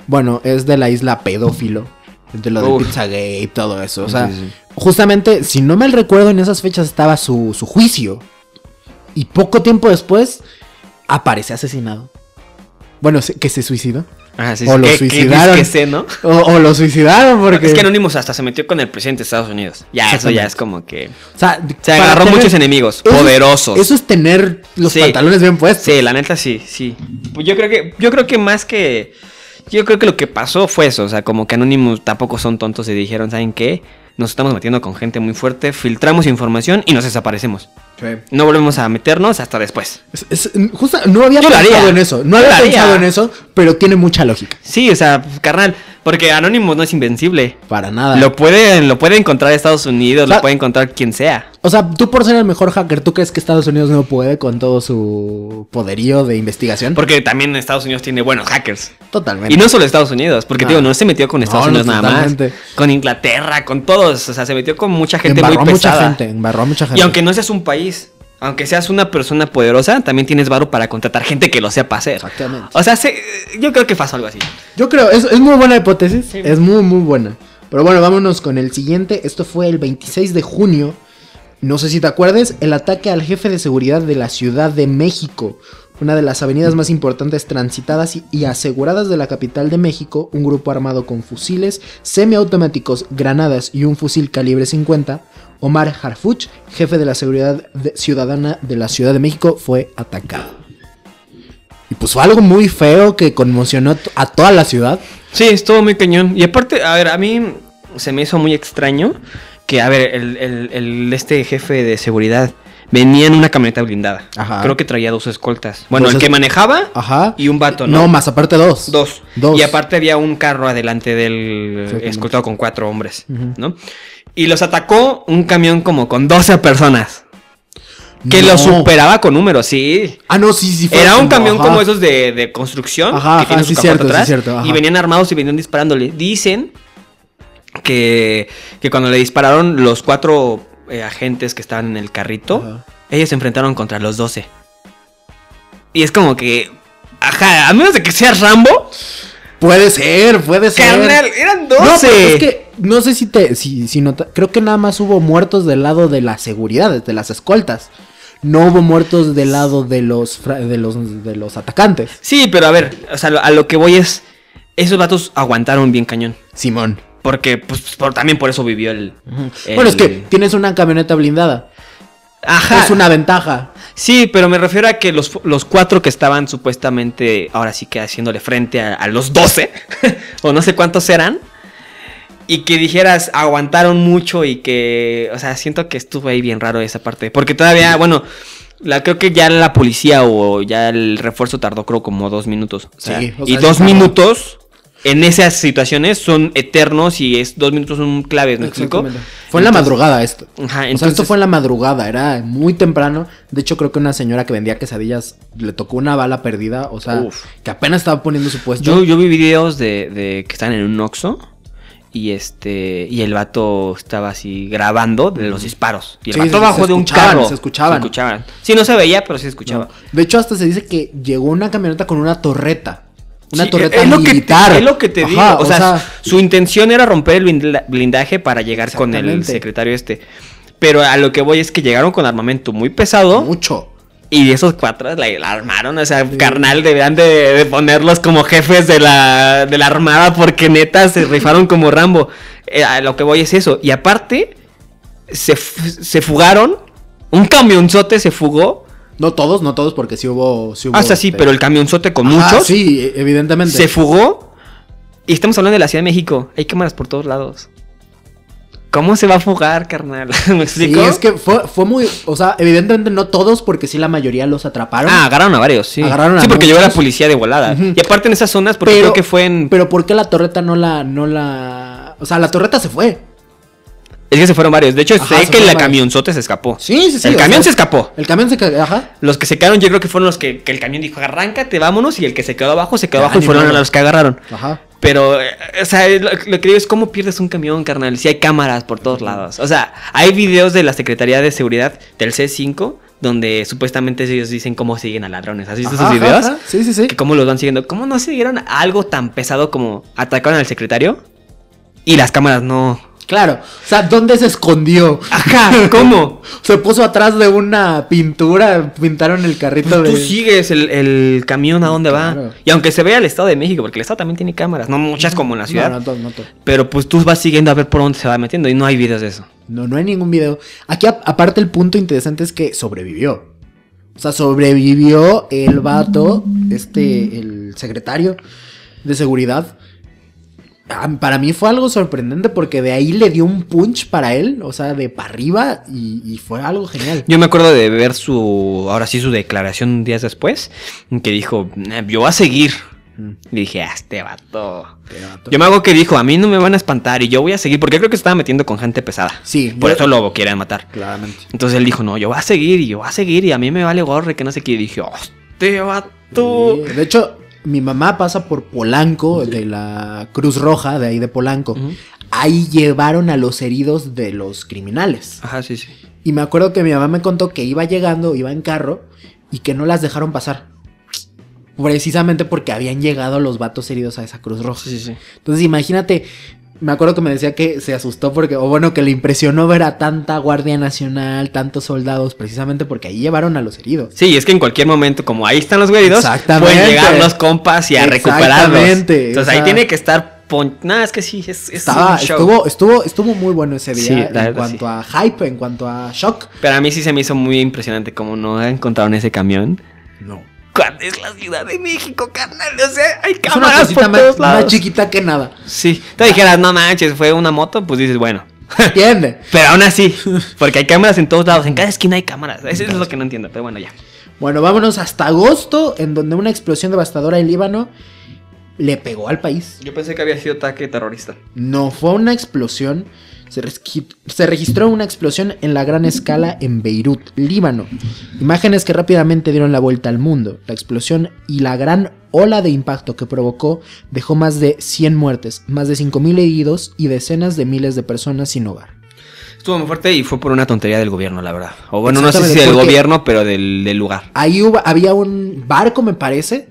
Bueno, es de la isla pedófilo. De lo Uf. de Pizzagate y todo eso. O sea, Sí, sí, sí. justamente, si no mal recuerdo, en esas fechas estaba su, su juicio. Y poco tiempo después aparece asesinado. Bueno, se- que se suicidó. Ajá, sí, o sí. lo ¿Qué- qué- suicidaron. qué sé, ¿no? O, o lo suicidaron porque. Es que Anonymous hasta se metió con el presidente de Estados Unidos. Ya, eso Exactamente. ya es como que. o sea, Se para agarró tener- muchos enemigos Eso es- poderosos. Eso es tener los Sí. pantalones bien puestos. Sí, la neta sí, sí. Pues yo creo que, yo creo que más que. Yo creo que lo que pasó fue eso. O sea, como que Anonymous tampoco son tontos y dijeron, ¿saben qué? Nos estamos metiendo con gente muy fuerte, filtramos información y nos desaparecemos. No volvemos a meternos hasta después. Es- es- justo- no había Yo lo pensado haría. en eso. No Yo había lo haría. pensado en eso, pero tiene mucha lógica. Sí, o sea, carnal, porque Anonymous no es invencible. Para nada. Lo puede, lo puede encontrar Estados Unidos, Ah. Sa- lo puede encontrar quien sea. O sea, tú por ser el mejor hacker, ¿tú crees que Estados Unidos no puede con todo su poderío de investigación? Porque también Estados Unidos tiene buenos hackers. Totalmente. Y no solo Estados Unidos, porque Ah. digo, no se metió con Estados No, no, Unidos nada más. totalmente. Con Inglaterra, con todos. O sea, se metió con mucha gente embarró muy a mucha pesada. gente, embarró a mucha gente. Y aunque no seas un país, aunque seas una persona poderosa, también tienes varo para contratar gente que lo sepa hacer. Exactamente. O sea, se- yo creo que pasó algo así. Yo creo, es, es muy buena hipótesis, es muy, muy buena. Pero bueno, vámonos con el siguiente. Esto fue el 26 de junio. No sé si te acuerdes, el ataque al jefe de seguridad de la Ciudad de México, una de las avenidas más importantes transitadas y, y aseguradas de la capital de México, un grupo armado con fusiles semiautomáticos, granadas y un fusil calibre 50, Omar Harfuch, jefe de la seguridad de- ciudadana de la Ciudad de México, fue atacado. Y pues fue algo muy feo que conmocionó t- a toda la ciudad. Sí, estuvo muy cañón. Y aparte, a ver, a mí se me hizo muy extraño que, a ver, el, el- el- este jefe de seguridad venía en una camioneta blindada. Ajá. Creo que traía dos escoltas. Bueno, Pues el es- que manejaba Ajá. y un vato, no, más aparte dos. Dos. Dos. Y aparte había un carro adelante del Exactamente. escoltado con cuatro hombres, Ujú. ¿no? Y los atacó un camión como con 12 personas. Que los No. superaba con números, sí. Ah, no, sí, sí. fue Era un camión ajá. como esos de, de construcción. Ajá, ajá, tiene su sí, capota cierto, sí, cierto, ajá. Y venían armados y venían disparándole. Dicen que, que cuando le dispararon los cuatro eh, agentes que estaban en el carrito, Ajá. ellos se enfrentaron contra los 12. Y es como que. Ajá, a menos de que seas Rambo. Puede ser, puede ser. Carnal, eran 12. No, pero es que no sé si te. Si, si nota- creo que nada más hubo muertos del lado de la seguridad, de las escoltas. No hubo muertos del lado de los, fra- de los, de los atacantes. Sí, pero a ver, o sea, lo- a lo que voy es. Esos vatos aguantaron bien cañón. Simón. Porque, pues, por- también por eso vivió el. Bueno, es que el- tienes una camioneta blindada. Ajá. Es una ventaja. Sí, pero me refiero a que los, los cuatro que estaban supuestamente, ahora sí que haciéndole frente a, a los 12, <laughs> o no sé cuántos eran, y que dijeras, aguantaron mucho y que, o sea, siento que estuvo ahí bien raro esa parte, porque todavía, bueno, la, creo que ya la policía o ya el refuerzo tardó creo como dos minutos. o sea, Sí, o y sea, dos sí tardó. minutos en esas situaciones son eternos y es dos minutos son claves, ¿me explico? Fue en la Entonces- madrugada esto. Ajá, O sea, esto entonces- fue en la madrugada, era muy temprano. De hecho, creo que una señora que vendía quesadillas le tocó una bala perdida, o sea, Uf. que apenas estaba poniendo su puesto. Yo, yo vi videos de, de que están en un Oxxo y este y el vato estaba así grabando de los disparos y el Sí, vato se- se bajo de un escuchaban, carro se escuchaban. se escuchaban sí no se veía pero sí se escuchaba No. De hecho, hasta se dice que llegó una camioneta con una torreta. Una Sí, torreta es lo que te- militar. es lo que te Ajá, digo o, sea, su intención era romper el blinda- blindaje para llegar con el Exactamente. secretario este pero a lo que voy es que llegaron con armamento muy pesado mucho. y esos cuatro la, la armaron, o sea, carnal, debían de, de ponerlos como jefes de la, de la armada porque neta se rifaron como Rambo. Eh, a lo que voy es eso. Y aparte, se, f- se fugaron, un camionzote se fugó No todos, no todos, porque sí hubo. Sí hubo Hasta Ah, sí, este- pero el camionzote con Ajá, muchos Sí, e- evidentemente. se fugó. Y estamos hablando de la Ciudad de México. Hay cámaras por todos lados. ¿Cómo se va a fugar, carnal? <laughs> ¿Me Sí, explico? es que fue, fue muy. O sea, evidentemente no todos, porque sí la mayoría los atraparon. Ah, agarraron a varios, sí. Agarraron a sí, porque llegó la muchos. policía de volada. Ujú. Y aparte en esas zonas, porque Pero- creo que fue en... Mm, Pero ¿por qué la torreta no la, no la. O sea, la torreta se fue. Es que se fueron varios. De hecho, Ajá, se sé que fueron la varios. camionzote se escapó. Sí, sí, sí. el o camión sea, se escapó. El camión se ca- ajá. Los que se quedaron, yo creo que fueron los que, que el camión dijo, arráncate, vámonos. Y el que se quedó abajo, se quedó Ah, abajo y ni fueron modo. los que agarraron. Ajá. Pero, eh, o sea, lo, lo que digo es cómo pierdes un camión, carnal, si hay cámaras por todos lados. O sea, hay videos de la Secretaría de Seguridad del C5 donde supuestamente ellos dicen cómo siguen a ladrones. ¿Has visto esos Ajá, ajá, videos? ajá. Sí, sí, sí. Que cómo los van siguiendo. ¿Cómo no siguieron a algo tan pesado como atacaron al secretario? Y las cámaras no. Claro. O sea, ¿dónde se escondió? Ajá, ¿cómo? <laughs> Se puso atrás de una pintura, pintaron el carrito de. Pues Tú sigues el, el camión a dónde va. Claro. Y aunque se vea el Estado de México, porque el Estado también tiene cámaras, no muchas como en la ciudad. No, no, to- no, to- Pero pues tú vas siguiendo a ver por dónde se va metiendo y no hay videos de eso. no, no hay ningún video. Aquí, a- aparte, el punto interesante es que sobrevivió. O sea, sobrevivió el vato, este, el secretario de seguridad. Ah, Para mí fue algo sorprendente porque de ahí le dio un punch para él, o sea, de para arriba y, y fue algo genial. Yo me acuerdo de ver su, ahora sí, su declaración días después, que dijo, "Nah, yo voy a seguir. Mm. Y dije, ah, este vato. Pero, vato. Yo me hago que dijo, a mí no me van a espantar y yo voy a seguir, porque creo que se estaba metiendo con gente pesada. Sí, Por yo- eso lo quieren matar. Claramente. Entonces él dijo, no, yo voy a seguir y yo voy a seguir y a mí me vale gorre que no sé qué. Y dije, este vato. Sí, De hecho, mi mamá pasa por Polanco, de la Cruz Roja, de ahí de Polanco. Ujú. Ahí llevaron a los heridos de los criminales. Ajá, sí, sí. Y me acuerdo que mi mamá me contó que iba llegando, iba en carro, y que no las dejaron pasar. Precisamente porque habían llegado los vatos heridos a esa Cruz Roja. Sí, sí, sí. Entonces imagínate, me acuerdo que me decía que se asustó porque, o bueno, que le impresionó ver a tanta Guardia Nacional, tantos soldados, precisamente porque ahí llevaron a los heridos. Sí, es que en cualquier momento, como ahí están los güeridos, Exactamente. pueden llegar los compas y a recuperarlos. Exactamente, Entonces o ahí sea- tiene que estar. pon- Nada, es que sí, es, es Estaba, un show. estuvo, estuvo, estuvo muy bueno ese Sí, la día en verdad, cuanto a hype, en cuanto a shock. Pero a mí sí se me hizo muy impresionante cómo no encontraron ese camión. No. ¿Cuándo es la Ciudad de México, carnal? O sea, hay Es una cámaras cosita por más, todos más lados. chiquita que nada. Sí. Te dijeras, no manches, fue una moto, pues dices, bueno. ¿Entiendes? Pero aún <laughs> así, porque hay cámaras en todos lados, en cada esquina hay cámaras. Eso es lo que no entiendo, pero bueno, ya. Bueno, vámonos hasta agosto, en donde una explosión devastadora en Líbano le pegó al país. Yo pensé que había sido ataque terrorista. No fue una explosión. Se, resqui- se registró una explosión en la gran escala en Beirut, Líbano. Imágenes que rápidamente dieron la vuelta al mundo. La explosión y la gran ola de impacto que provocó dejó más de 100 muertes, más de 5.000 heridos y decenas de miles de personas sin hogar. Estuvo muy fuerte y fue por una tontería del gobierno, la verdad. O bueno, no sé si Exactamente, del porque- gobierno, pero del, del lugar. Ahí hubo- había un barco, me parece,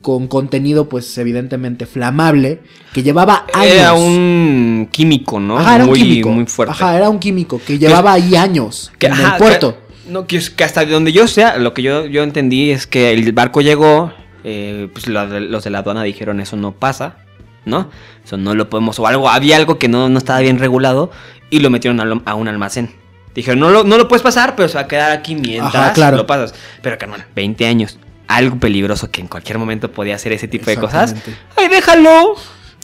con contenido pues evidentemente flamable, que llevaba años. Era un químico, ¿no? Ajá, era un muy, químico. muy fuerte. Ajá, era un químico que llevaba ahí años Que- en ajá, el puerto. que- no, que, es- que hasta donde yo sea, lo que yo, yo entendí es que el barco llegó, eh, pues la de- los de la aduana dijeron eso no pasa, ¿no? Eso no lo podemos, o algo, había algo que no, no estaba bien regulado y lo metieron al- a, un almacén. Dijeron, no lo, no lo puedes pasar, pero se va a quedar aquí mientras Ajá, claro. lo pasas. Pero carnal, 20 años, algo peligroso que en cualquier momento podía hacer ese tipo de cosas. Exactamente. ¡Ay, déjalo!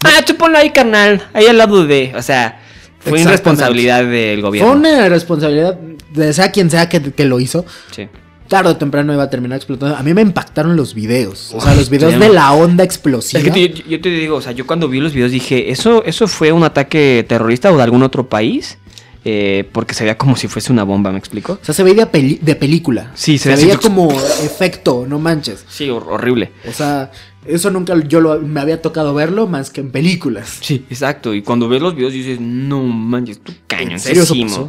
¡Ah, tú ponlo ahí, carnal! Ahí al lado de... O sea, fue Exactamente. irresponsabilidad del gobierno. Fue una responsabilidad de sea quien sea que, que lo hizo. Sí. Tarde o temprano iba a terminar explotando. A mí me impactaron los videos. O sea, los Uf, videos sí. de la onda Es explosiva. que te- yo, yo te digo, o sea, yo cuando vi los videos dije, ¿eso, eso fue un ataque terrorista o de algún otro país? Eh, porque se veía como si fuese una bomba, ¿me explico? O sea, se veía de, peli- de película. Sí, se se, ve así- veía como <laughs> efecto, no manches. Sí, hor- horrible. O sea, eso nunca yo lo- me había tocado verlo más que en películas. Sí, exacto. Y cuando ves los videos dices, no manches, tú cañón. ¿En serio eso sí, pasó?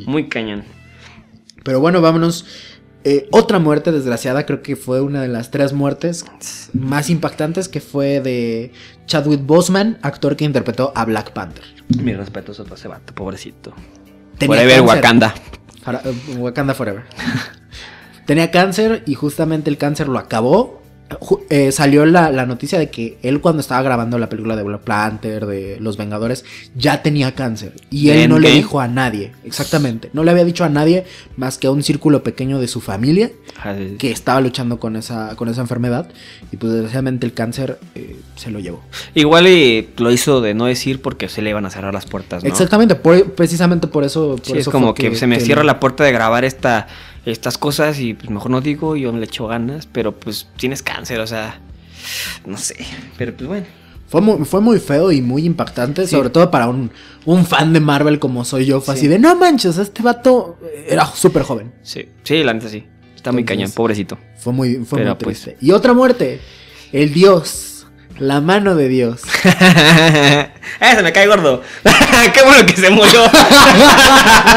mo. Muy cañón. Pero bueno, vámonos. Eh, otra muerte desgraciada, creo que fue una de las tres muertes más impactantes, que fue de Chadwick Boseman, actor que interpretó a Black Panther. Mi respeto a ese vato, pobrecito. Tenía Forever cáncer. Wakanda. Jara- <laughs> eh, Wakanda Forever. Tenía cáncer y justamente el cáncer lo acabó. ju- eh, salió la, la noticia de que él cuando estaba grabando la película de Black Panther, de Los Vengadores, ya tenía cáncer. Y él ¿En no le qué? dijo a nadie, exactamente. No le había dicho a nadie más que a un círculo pequeño de su familia Ajá, sí, sí. que estaba luchando con esa, con esa enfermedad. Y pues desgraciadamente el cáncer eh, se lo llevó. Igual y lo hizo de no decir porque se le iban a cerrar las puertas, Pues ¿no? Exactamente, por- precisamente por eso. Por Sí, es eso como fue que, se me que- cierra la puerta de grabar esta, estas cosas y pues mejor no digo, yo le echo ganas, pero pues tienes cáncer, o sea, no sé, pero pues bueno. Fue muy, fue muy feo y muy impactante, Sí. sobre todo para un, un fan de Marvel como soy yo. Fue Sí. así de, no manches, este vato era súper joven. Sí, sí, la neta sí. Está muy Entonces, cañón, pobrecito. <laughs> Fue muy, fue Pero, muy pues. triste. Y otra muerte, el dios, la mano de dios. ¡Ah, se me cae gordo! <laughs> ¡Qué bueno que se murió! <laughs>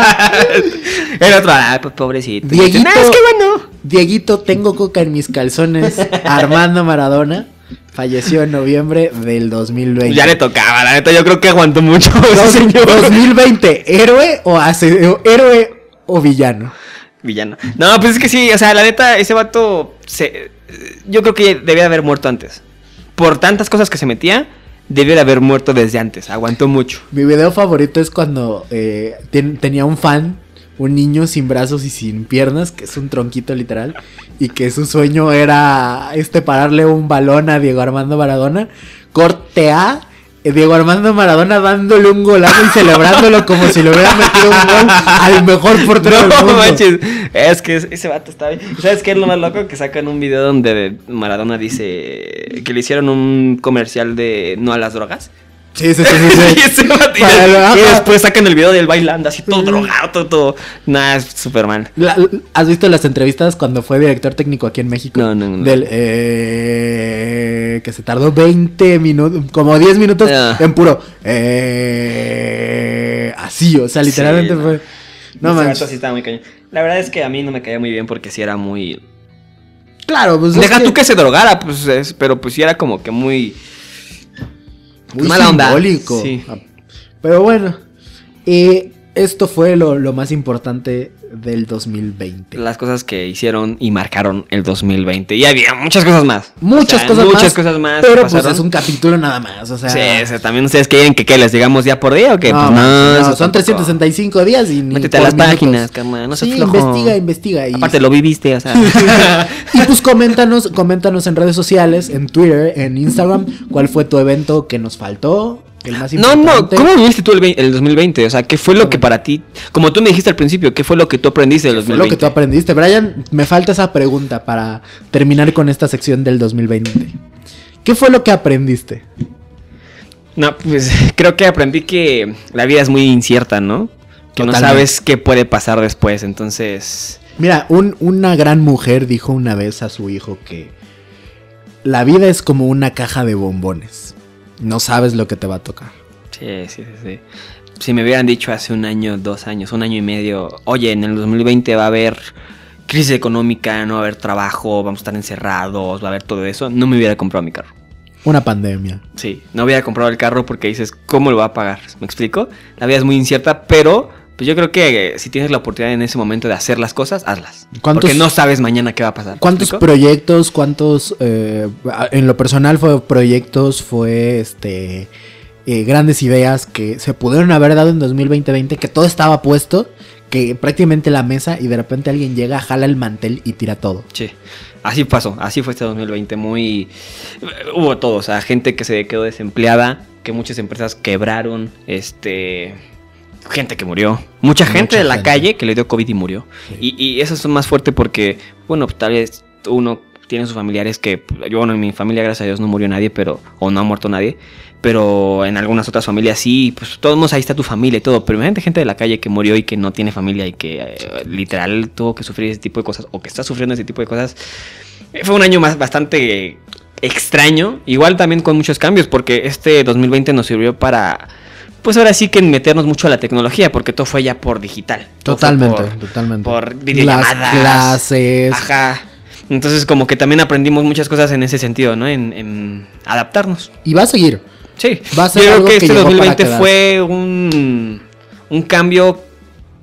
El otro, ah, pues pobrecito. Y este, Dieguito. "Nah, es que bueno. Dieguito, tengo coca en mis <laughs> calzones, Armando Maradona, falleció en noviembre del 2020. Ya le tocaba, la neta, yo creo que aguantó mucho. <laughs> Dos- ese señor. 2020, héroe o, ase- o- héroe o villano. Villano. No, pues es que sí, o sea, la neta, ese vato se. Yo creo que debía haber muerto antes. Por tantas cosas que se metía, debió de haber muerto desde antes. Aguantó mucho. Mi video favorito es cuando eh, ten- tenía un fan, un niño sin brazos y sin piernas, que es un tronquito literal, y que su sueño era este pararle un balón a Diego Armando Maradona. Corte A, eh, Diego Armando Maradona dándole un golazo y celebrándolo como si le hubiera metido un gol al mejor portero <laughs> del No mundo. manches. Es que es- ese vato está bien. ¿Sabes qué es lo más loco? Que sacan un video donde Maradona dice que le hicieron un comercial de no a las drogas. Sí, sí, sí, sí, <laughs> sí. y, ese vato- y Para lo- y después sacan el video del bailando así todo drogado, todo. todo. Nah, es Superman. La- ¿Has visto las entrevistas cuando fue director técnico aquí en México? No, no, no. Del, eh, que se tardó 20 minutos, como 10 minutos Ah. en puro. eh, así, o sea, Sí, literalmente no. fue. No Ese vato manches. sí estaba muy cañón. La verdad es que a mí no me caía muy bien porque sí era muy. Claro, pues. es Deja tú que se drogara, pues, es- pero pues sí era como que muy. Muy mala onda. simbólico. Sí. Pero bueno, eh, esto fue lo, lo más importante del 2020. Las cosas que hicieron y marcaron el 2020. Y había muchas cosas más. Muchas O sea, cosas más. muchas cosas más. que Pero pues pasaron. es un capítulo nada más, o sea. Sí, o sea, también ustedes quieren que, que les digamos día por día o que. No, pues, no, no, eso son tampoco. 365 días y ni Métete a por las minutos. páginas, cama, no seas Sí, flojo. investiga, investiga. Y, Aparte lo viviste, o <laughs> sea. y pues coméntanos, coméntanos en redes sociales, en Twitter, en Instagram, cuál fue tu evento que nos faltó, el más No, no, importante. ¿cómo viviste tú el, vein- el 2020? O sea, ¿qué fue lo que para ti, como tú me dijiste al principio, qué fue lo que tú aprendiste del Fue lo que 2020? tú aprendiste. Brian, me falta esa pregunta para terminar con esta sección del 2020. ¿Qué fue lo que aprendiste? No, pues <laughs> creo que aprendí que la vida es muy incierta, ¿no? Que no Totalmente. sabes qué puede pasar después, entonces... Mira, un- una gran mujer dijo una vez a su hijo que la vida es como una caja de bombones. No sabes lo que te va a tocar. Sí, sí, sí, sí. Si me hubieran dicho hace un año, dos años, un año y medio, oye, en el 2020va a haber crisis económica, no va a haber trabajo, vamos a estar encerrados, va a haber todo eso, no me hubiera comprado mi carro. Una pandemia. Sí, no hubiera comprado el carro porque dices, ¿cómo lo va a pagar? ¿Me explico? La vida es muy incierta, pero pues yo creo que eh, si tienes la oportunidad en ese momento de hacer las cosas, hazlas. ¿Cuántos- Porque no sabes mañana qué va a pasar. ¿me ¿Cuántos explico? proyectos, cuántos, eh, en lo personal fue proyectos, fue este, eh, grandes ideas que se pudieron haber dado en 2020, que todo estaba puesto, que prácticamente la mesa y de repente alguien llega, jala el mantel y tira todo. Sí, así pasó, así fue este 2020, muy... Hubo todo, o sea, gente que se quedó desempleada, que muchas empresas quebraron, este... Gente que murió, mucha gente Mucha de la gente. calle que le dio COVID y murió. Y, y eso es más fuerte porque, bueno, pues, tal vez uno tiene sus familiares que, yo, bueno, en mi familia, gracias a Dios, no murió nadie, pero, o no ha muerto nadie, pero en algunas otras familias sí, pues todos modos, ahí está tu familia y todo, pero imagínate gente de la calle que murió y que no tiene familia y que eh, literal tuvo que sufrir ese tipo de cosas o que está sufriendo ese tipo de cosas. Eh, Fue un año más bastante extraño, igual también con muchos cambios, porque este 2020 nos sirvió para, pues ahora sí que meternos mucho a la tecnología, porque todo fue ya por digital. todo fue Totalmente, por- totalmente. por Las videollamadas. Ah. clases. Ajá. Entonces como que también aprendimos muchas cosas en ese sentido, ¿no? En, en adaptarnos. Y va a seguir. Sí. Va a ser Yo algo creo que que este llegó para 2020 quedarse. fue un, un cambio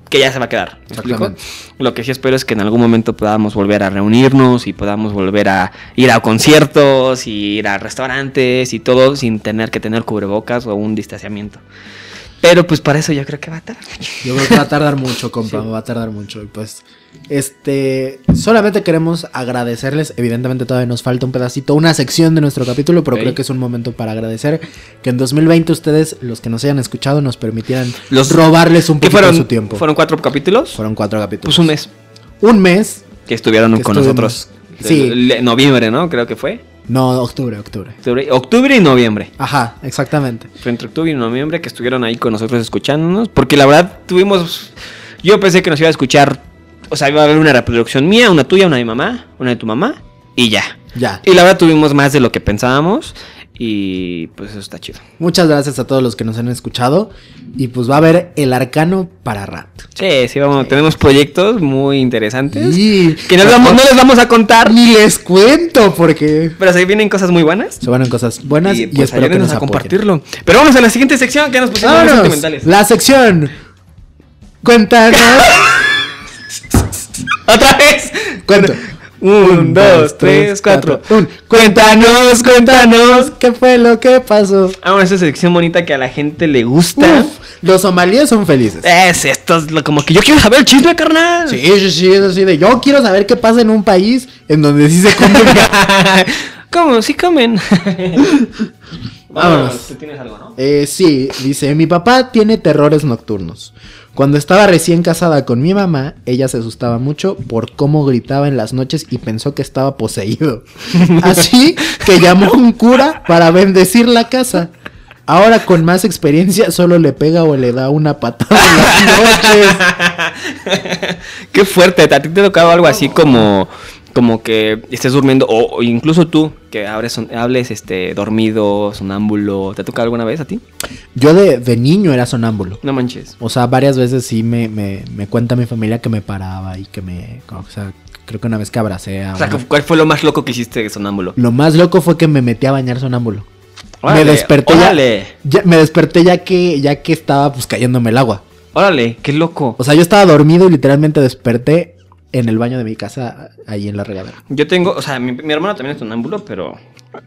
que ya se va a quedar. ¿me explico? Exactamente. Lo que sí espero es que en algún momento podamos volver a reunirnos y podamos volver a ir a conciertos y ir a restaurantes y todo sin tener que tener cubrebocas o un distanciamiento. Pero pues para eso yo creo que va a estar. Yo creo que va a tardar mucho, compa, va a tardar mucho. Y pues, este, solamente queremos agradecerles. Evidentemente todavía nos falta un pedacito, una sección de nuestro capítulo, pero Ok. creo que es un momento para agradecer que en 2020 ustedes, los que nos hayan escuchado, nos permitieran Los- robarles un ¿Qué poquito fueron? de su tiempo. ¿Fueron cuatro capítulos? Fueron cuatro capítulos. Pues un mes Un mes, que estuvieron Que con estuvimos. nosotros. Sí. El- el- noviembre, ¿no? Creo que fue. no, octubre, octubre. Octubre, octubre y noviembre. Ajá, exactamente. Fue entre octubre y noviembre que estuvieron ahí con nosotros escuchándonos. Porque la verdad tuvimos. Yo pensé que nos iba a escuchar. O sea, iba a haber una reproducción mía, una tuya, una de mi mamá, una de tu mamá y ya. Ya. Y la verdad tuvimos más de lo que pensábamos. Y pues eso está chido. Muchas gracias a todos los que nos han escuchado. Y pues va a haber el arcano para rato. Sí, sí, vamos. Tenemos proyectos muy interesantes. Y Que no les vamos- no les vamos a contar. ni les cuento porque Pero se vienen cosas muy buenas. se van en cosas buenas y, Y pues espero que ayúdenos nos a apoyen. compartirlo. Pero vamos a la siguiente sección que ya nos pusimos muy Vámonos, sentimentales. La sección. <laughs> Cuéntanos. ¡Otra vez! ¿Cuánto? Un, dos, tres, cuatro. Un. Cuéntanos, cuéntanos. ¿Qué fue lo que pasó? Ah, esa sección bonita que a la gente le gusta. Uf, los somalíes son felices. Es, esto es lo- como que yo quiero saber el chisme, carnal. Sí, sí, sí, es así de. Yo quiero saber qué pasa en un país en donde sí se come. <laughs> <laughs> ¿Cómo? Sí <laughs> comen. Vámonos. Tú tienes algo, ¿no? Eh, sí, dice, mi papá tiene terrores nocturnos. Cuando estaba recién casada con mi mamá, ella se asustaba mucho por cómo gritaba en las noches y pensó que <laughs> estaba poseído. Así que llamó a un cura para bendecir la casa. Ahora con más experiencia solo le pega o le da una patada en <laughs> las noches. Qué fuerte. ¿A ti te ha tocado algo así como, como que estés durmiendo? O, o incluso tú, que hables, hables este, dormido, sonámbulo. ¿Te ha tocado alguna vez a ti? Yo de, de niño era sonámbulo. No manches. O sea, varias veces sí me, me, me cuenta mi familia que me paraba y que me... O sea, creo que una vez que abracé a... O sea, una- ¿cuál fue lo más loco que hiciste de sonámbulo? Lo más loco fue que me metí a bañar sonámbulo. Órale, me desperté ya, órale. ya- Me desperté ya que, ya que estaba pues cayéndome el agua. Órale, qué loco. O sea, yo estaba dormido y literalmente desperté en el baño de mi casa, ahí en la regadera. Yo tengo, o sea, mi, mi hermano también es sonámbulo, pero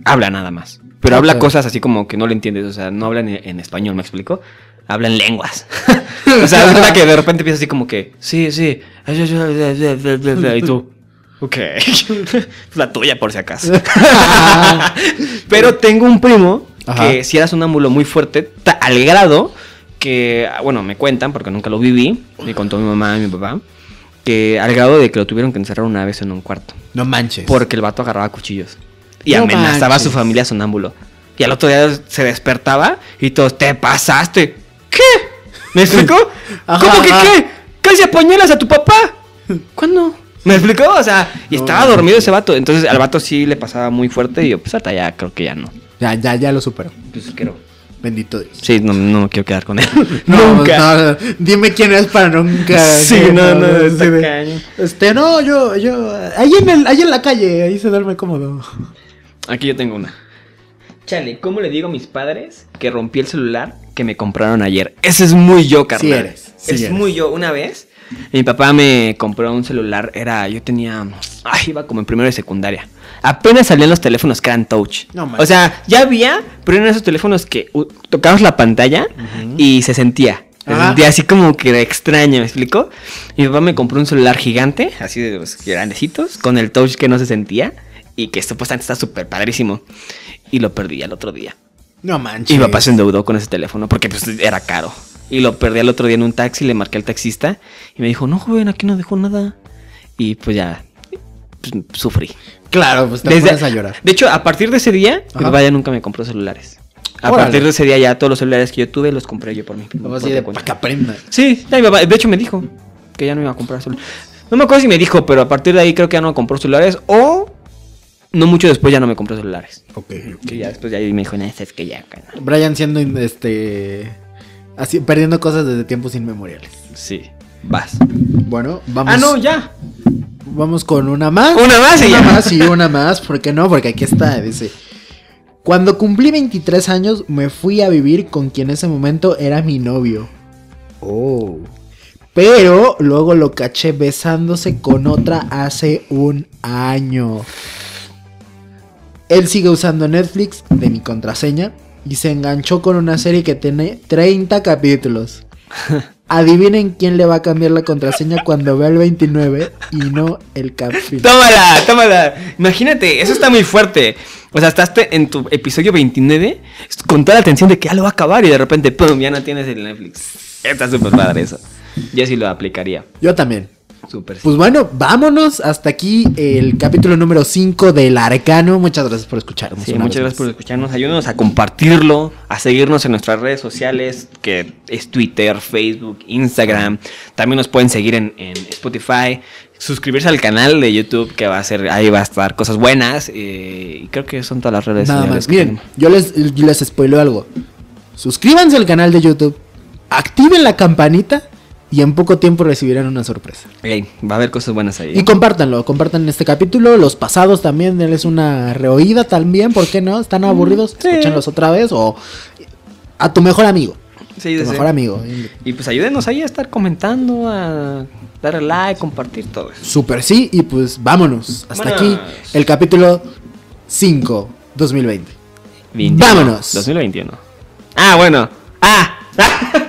habla nada más. Pero habla Ok. cosas así como que no le entiendes, o sea, no hablan en, en español, ¿me explico? Hablan lenguas. <laughs> o <laughs> sea, es que de repente empieza así como que, sí, sí, y tú, ok, <laughs> la tuya por si <laughs> acaso. pero tengo un primo Ajá. que si era sonámbulo muy fuerte, ta- al grado que, ah, bueno, me cuentan, porque nunca lo viví, me contó mi mamá y mi papá, que al grado de que lo tuvieron que encerrar una vez en un cuarto. No manches. Porque el vato agarraba cuchillos. Y No amenazaba a su manches. familia sonámbulo. Y al otro día se despertaba y todos, te pasaste. ¿Qué? ¿Me explicó? <laughs> Ajá, ¿Cómo que ajá. qué? Casi apuñalas a tu papá. ¿Cuándo? ¿Me explicó? O sea, y No estaba manches. dormido ese vato. Entonces al vato sí le pasaba muy fuerte y yo, pues hasta ya creo que ya no. Ya, ya, ya lo supero. Pues quiero. Bendito Dios. Sí, no, no me quiero quedar con él. <laughs> No, Nunca. no, dime quién es para nunca. <laughs> Sí, que- no, no, así está de- caño. Este, no, yo, yo, ahí en, el, ahí en la calle, ahí se duerme cómodo. Aquí yo tengo una. Chale, ¿cómo le digo a mis padres que rompí el celular que me compraron ayer? Ese es muy yo, carnal. Sí eres, sí es eres. muy yo. Una vez, mi papá me compró un celular. Era, yo tenía. Ay, iba como en primero de secundaria. Apenas salían los teléfonos que eran touch. No manches. o sea, ya había, pero eran esos teléfonos que uh, tocabas la pantalla y se sentía. Se Ajá. sentía así como que era extraño, ¿me explico? Mi papá me compró un celular gigante, así de los grandecitos, con el touch que no se sentía y que supuestamente está súper padrísimo. Y lo perdí al otro día. No manches. Y mi papá se endeudó con ese teléfono porque pues, era caro. Y lo perdí al otro día en un taxi, le marqué al taxista y me dijo, no, joven, aquí no dejó nada. Y pues ya, pues, sufrí. Claro, pues te Desde- pones a llorar. De hecho, a partir de ese día, Ajá. mi papá ya nunca me compró celulares. A Órale. partir de ese día ya todos los celulares que yo tuve los compré yo por mí. por Así mi de, cuenta. para que aprenda. Sí, ya mi papá, de hecho me dijo que ya no iba a comprar celulares. No me acuerdo si me dijo, pero a partir de ahí creo que ya no compró celulares o no mucho después ya no me compró celulares. Ok, Que ya después ya me dijo, no, es que ya. cara". Brian siendo in- este así perdiendo cosas desde tiempos inmemoriales. Sí, vas. Bueno, vamos Ah, no, ya. vamos con una más. Una más y una ya. más y una más, ¿por qué no? Porque aquí está, dice. Cuando cumplí 23 años me fui a vivir con quien en ese momento era mi novio. Oh. Pero luego lo caché besándose con otra hace un año. Él sigue usando Netflix de mi contraseña y se enganchó con una serie que tiene <laughs> 30 capítulos. Adivinen quién le va a cambiar la contraseña cuando vea el 29 y no el capítulo. Tómala, tómala. Imagínate, eso está muy fuerte. O sea, estás te- en tu episodio 29 con toda la atención de que ya lo va a acabar y de repente, ¡pum! Ya no tienes el Netflix. Está súper padre eso. Yo sí lo aplicaría. Yo también. Súper. sí. Pues bueno, vámonos. Hasta aquí el capítulo número 5 del Arcano. Muchas gracias por escucharnos. Sí, una muchas vez gracias por más. escucharnos. Ayúdenos a compartirlo, a seguirnos en nuestras redes sociales, que es Twitter, Facebook, Instagram. También nos pueden seguir en, en Spotify. Suscribirse al canal de YouTube, que va a ser, ahí va a estar cosas buenas. eh, y creo que son todas las redes Nada sociales. más. que Miren, tenemos. yo les, yo les spoileo algo. Suscríbanse al canal de YouTube, activen la campanita y en poco tiempo recibirán una sorpresa. Ey, va a haber cosas buenas ahí. Y compártanlo, compartan este capítulo, los pasados también, denles una reoída también, ¿por qué no? ¿Están aburridos? Mm, Sí. Escúchenlos otra vez o a tu mejor amigo. Sí, tu sí, sí. mejor amigo. Y pues ayúdenos ahí a estar comentando, a dar like, compartir todo eso. Super sí, y pues vámonos. Hasta aquí Vámonos. el capítulo 5, 2020. 21, Vámonos. 2021. Ah, <laughs> bueno. Ah.